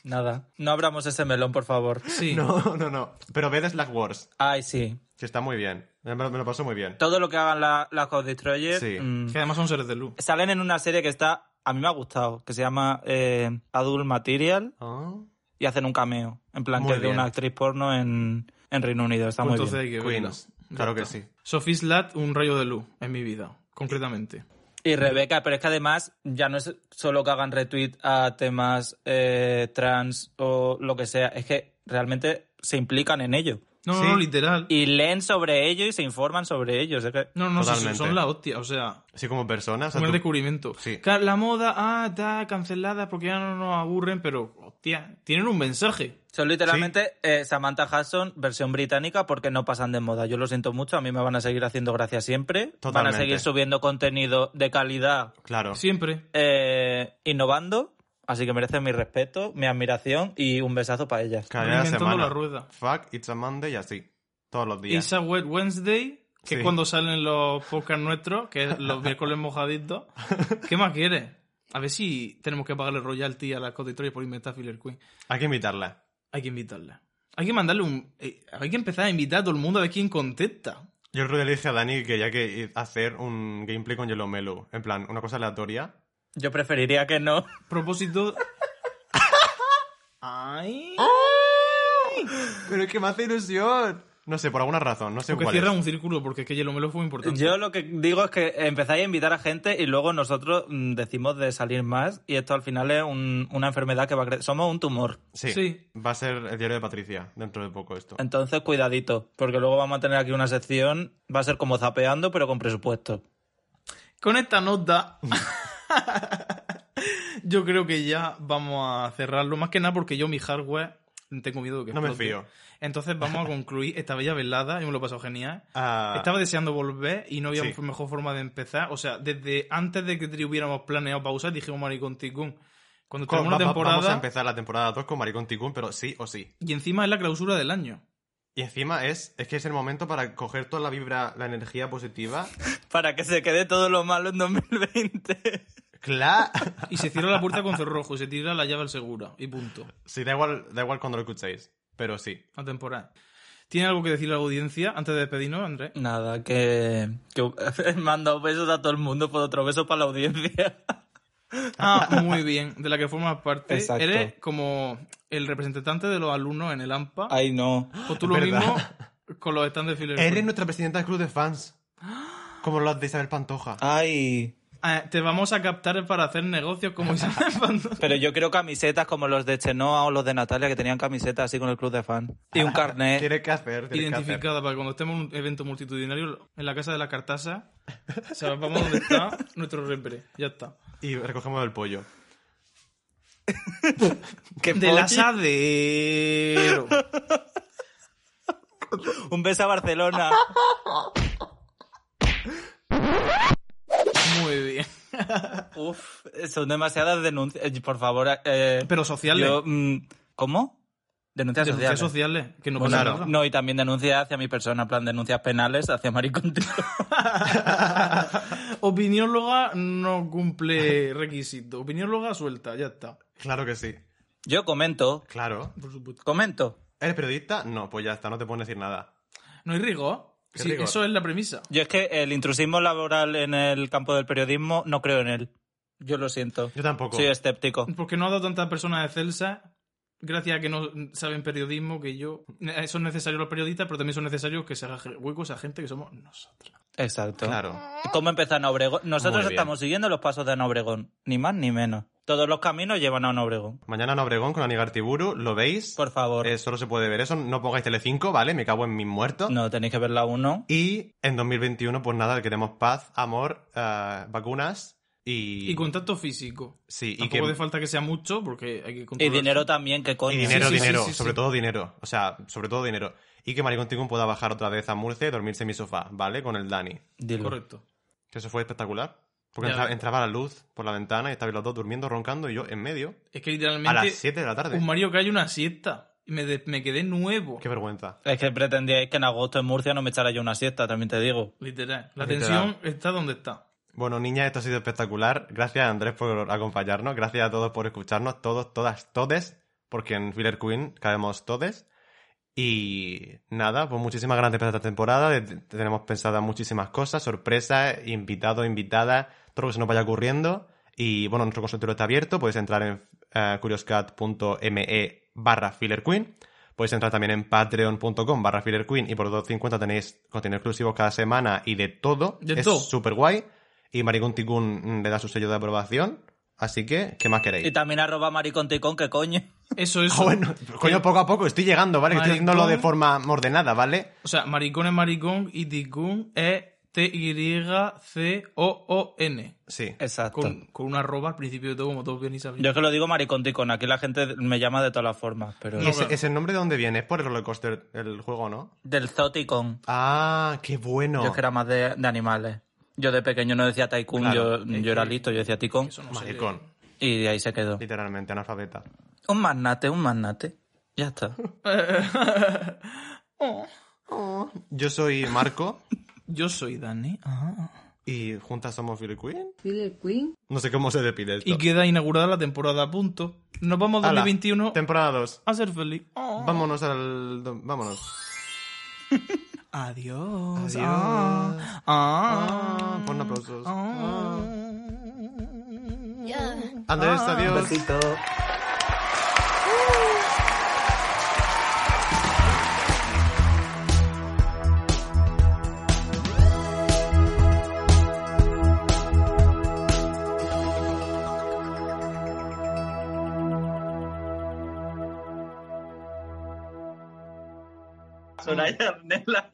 Nada. No abramos ese melón, por favor.
(laughs)
Sí.
No, no, no. Pero ve de Slack Wars,
Ay, sí.
que está muy bien. Me lo, me lo paso muy bien.
Todo lo que hagan la- las Code Destroyers
Sí.
mm,
Que además son seres de luz.
salen en una serie que está. A mí me ha gustado, que se llama eh, Adult Material
Ah,
y hacen un cameo. En plan,
Muy
que es de
bien.
una actriz porno en, en Reino Unido. Está
Pues
muy
entonces
bien.
hay que verlo.
Queens. Claro que sí.
Sophie Slat, un rayo de luz en mi vida, concretamente.
Y Rebeca, pero es que además ya no es solo que hagan retweet a temas eh, trans o lo que sea, es que realmente se implican en ello.
No, no,
Sí.
no, literal.
Y leen sobre ello y se informan sobre ello. o sea que-
No, no, sí,
Totalmente.
son la hostia, o sea,
Así como personas. o sea,
un
tú-
descubrimiento.
Sí.
Claro, La moda, ah, está cancelada porque ya no nos aburren, pero Hostia, tienen un mensaje.
Son literalmente eh, Samantha Hudson, versión británica, porque no pasan de moda. Yo lo siento mucho, a mí me van a seguir haciendo gracia siempre. Van a
Totalmente.
seguir subiendo contenido de calidad,
Claro.
Siempre.
eh, innovando. Así que merecen mi respeto, mi admiración y un besazo para ellas.
Cada día de
Reinventando
semana.
la rueda.
Fuck, it's a Monday y así. Todos los días.
It's a Wet Wednesday, que es
Sí.
cuando salen los podcasts nuestros, que es los miércoles mojaditos.
(laughs)
¿Qué más quieres? A ver si tenemos que pagarle royalty a la Coditroya por inventar Filler Queen.
Hay que invitarla.
Hay que invitarla. Hay que mandarle un. eh, hay que empezar a invitar a todo el mundo a ver quién contesta.
Yo el otro día le dije a Dani que ya que hacer un gameplay con Yellow Melo. En plan, una cosa aleatoria.
Yo preferiría que no.
Propósito.
(laughs)
¡Ay!
Pero es que me hace ilusión. No sé, por alguna razón, no sé
Porque
cuál
cierra
es.
un círculo, porque es que Yelomelo fue importante.
(laughs) Yo lo que digo es que empezáis a invitar a gente y luego nosotros mm, decimos de salir más y esto al final es un- una enfermedad que va a crecer. Somos un tumor.
Sí,
Sí.
Va a ser el diario de Patricia dentro de poco esto.
Entonces, cuidadito, porque luego vamos a tener aquí una sección, va a ser como zapeando, pero con presupuesto.
Con esta nota, (laughs) yo creo que ya vamos a cerrarlo. Más que nada porque yo mi hardware tengo miedo de que
No me
explote.
fío.
Entonces
(laughs)
vamos a concluir esta bella velada. Yo me lo he pasado genial.
Ah,
Estaba deseando volver y no había
Sí.
mejor forma de empezar. O sea, desde antes de que hubiéramos planeado pausar, dijimos Maricón Ticún. Cuando
con-
tenemos una
va- va- Vamos a
temporada
empezar la temporada 2 con Maricón Ticún, pero sí o sí.
y encima es la clausura del año.
Y encima es, es que es el momento para coger toda la vibra, la energía positiva.
Para que se quede todo lo malo en 2020.
¡Claro!
Y se cierra la puerta con cerrojo y se tira la llave al segura. Y punto.
(laughs) Sí, da igual, da igual cuando lo escuchéis, pero sí.
La temporada. ¿Tiene algo que decir la audiencia antes de despedirnos, Andrés?
Nada, que, que (laughs) mando besos a todo el mundo por otro beso para la audiencia.
Ah, muy bien. De la que formas parte.
Exacto.
Eres como el representante de los alumnos en el AMPA.
Ay, no.
o tú lo
Ah, verdad.
mismo con los stands de Filler
Eres
Queen.
nuestra presidenta del club de
(gasps)
fans. Como los de Isabel Pantoja.
Ay.
Ah, te vamos a captar para hacer negocios
(laughs)
como Isabel Pantoja.
Pero yo quiero camisetas como los de Chenoa o los de Natalia, que tenían camisetas así con el club de fan. Y un carnet.
Tiene que hacer, tiene que hacer.
identificada para cuando estemos en un evento multitudinario en la casa de la cartasa. Sabemos
(laughs)
dónde está nuestro repre. Ya está.
Y recogemos el pollo.
¡Qué
Del
polla!
asadero.
Un beso a Barcelona. (laughs)
Muy bien.
Uf, son demasiadas denuncias. Eh, Por favor, eh,
Pero sociales.
yo, mm, ¿Cómo? Denuncias
Denuncias
sociales.
sociales. Que no
Bueno,
pasa
no,
nada.
y también denuncias hacia mi persona, en plan denuncias penales hacia Maricontigo.
Opinióloga no cumple requisito. Opinióloga suelta, ya está.
Claro que sí.
(laughs) Yo comento,
Claro.
Por supuesto.
comento.
¿Eres periodista? No, pues ya está, no te pueden decir nada.
No hay rigor.
¿Qué
Sí,
rigor?
eso es la premisa.
Yo es que el intrusismo laboral en el campo del periodismo no creo en él. Yo lo siento.
Yo tampoco.
Soy escéptico.
(laughs) Porque no ha dado tantas personas de Celsa, gracias a que no saben periodismo, que yo. Eh, Son necesarios los periodistas, pero también son necesarios que se haga ge- huecos a gente que somos nosotros.
Exacto.
Claro.
¿Cómo empezó Ana Obregón? Nosotros
Muy bien.
estamos siguiendo los pasos de Ana Obregón. Ni más ni menos. Todos los caminos llevan a Ana Obregón.
Mañana en Obregón con Anigartiburu, ¿lo veis?
Por favor.
Eh, solo se puede ver eso, no pongáis Telecinco, ¿vale? Me cago en mis muertos.
No, tenéis que ver la uno.
Y en 2021, pues nada, queremos paz, amor, eh, vacunas y...
Y contacto físico.
Sí, y
Tampoco
que-
hace falta que sea mucho, porque hay que
Y
controlar.
dinero también, que coño.
Y dinero,
Sí, sí, sí,
dinero,
sí, sí.
sobre todo dinero. O sea, sobre todo dinero. Y que Maricón Ticún pueda bajar otra vez a Murcia y dormirse en mi sofá, ¿vale? Con el Dani.
Dilo.
Correcto.
Que eso fue espectacular. Porque
Ya.
entra- entraba la luz por la ventana y estabais los dos durmiendo, roncando y yo en medio.
Es que
A las
literalmente.
7 de la tarde.
Un Mario cae una siesta. Y me, de- me quedé nuevo.
Qué vergüenza.
Es que pretendíais que en agosto en Murcia no me echara yo una siesta, también te digo.
Literal.
Literal.
La tensión está donde está.
Bueno, niña, esto ha sido espectacular. Gracias, Andrés, por acompañarnos. Gracias a todos por escucharnos. Todos, todas, todes. Porque en Filler Queen cabemos todes. Y nada, pues muchísimas ganas de empezar esta temporada. De- de- Tenemos pensadas muchísimas cosas, sorpresas, invitados, invitadas, todo lo que se nos vaya ocurriendo. Y bueno, nuestro consultorio está abierto. Podéis entrar en eh, curioscat.me e barra Filler Queen. Podéis entrar también en patreon.com barra Filler Queen y por 2.50 tenéis contenido exclusivo cada semana y de todo.
De
es
todo.
súper guay. Y Maricón Ticún mm, le da su sello de aprobación. Así que, ¿qué más queréis?
Y también arroba mariconticón, que coño.
(laughs)
Eso, eso.
Ah, bueno, coño, poco a poco, estoy llegando, ¿vale? Que Estoy
eh, Maricón.
haciéndolo de forma ordenada, ¿vale?
O sea, maricón es maricón y ticún es T-Y-C-O-O-N.
Sí.
Exacto.
Con, con una arroba al principio de todo, como todos bien y sabéis.
Yo es que lo digo mariconticón, aquí la gente me llama de todas las formas, pero...
¿Y ese,
bueno.
ese nombre de dónde viene? ¿Es por el roller coaster, el juego, no?
Del Zoticon.
Ah, qué bueno.
Yo es que era más de, de animales. Yo de pequeño no decía Tycoon,
Claro,
yo, yo era listo, yo decía Ticón.
Eso no sé.
Maricón,
Y de ahí se quedó.
literalmente, analfabeta.
Un magnate, un magnate. Ya está.
Oh.
Yo soy Marco
Yo soy Dani.
y juntas somos Philly Queen.
Philip Queen,
No sé cómo se despide esto.
Y queda inaugurada la temporada a punto. Nos vamos
Ala,
2021
Temporada 2.
a ser feliz. Oh.
Vámonos al... do- Vámonos.
Adiós.
Adiós.
Ah, ah,
Ah, pon aplausos.
ah.
Ah. Andrés, adiós.
Besito.
Soraya Nela.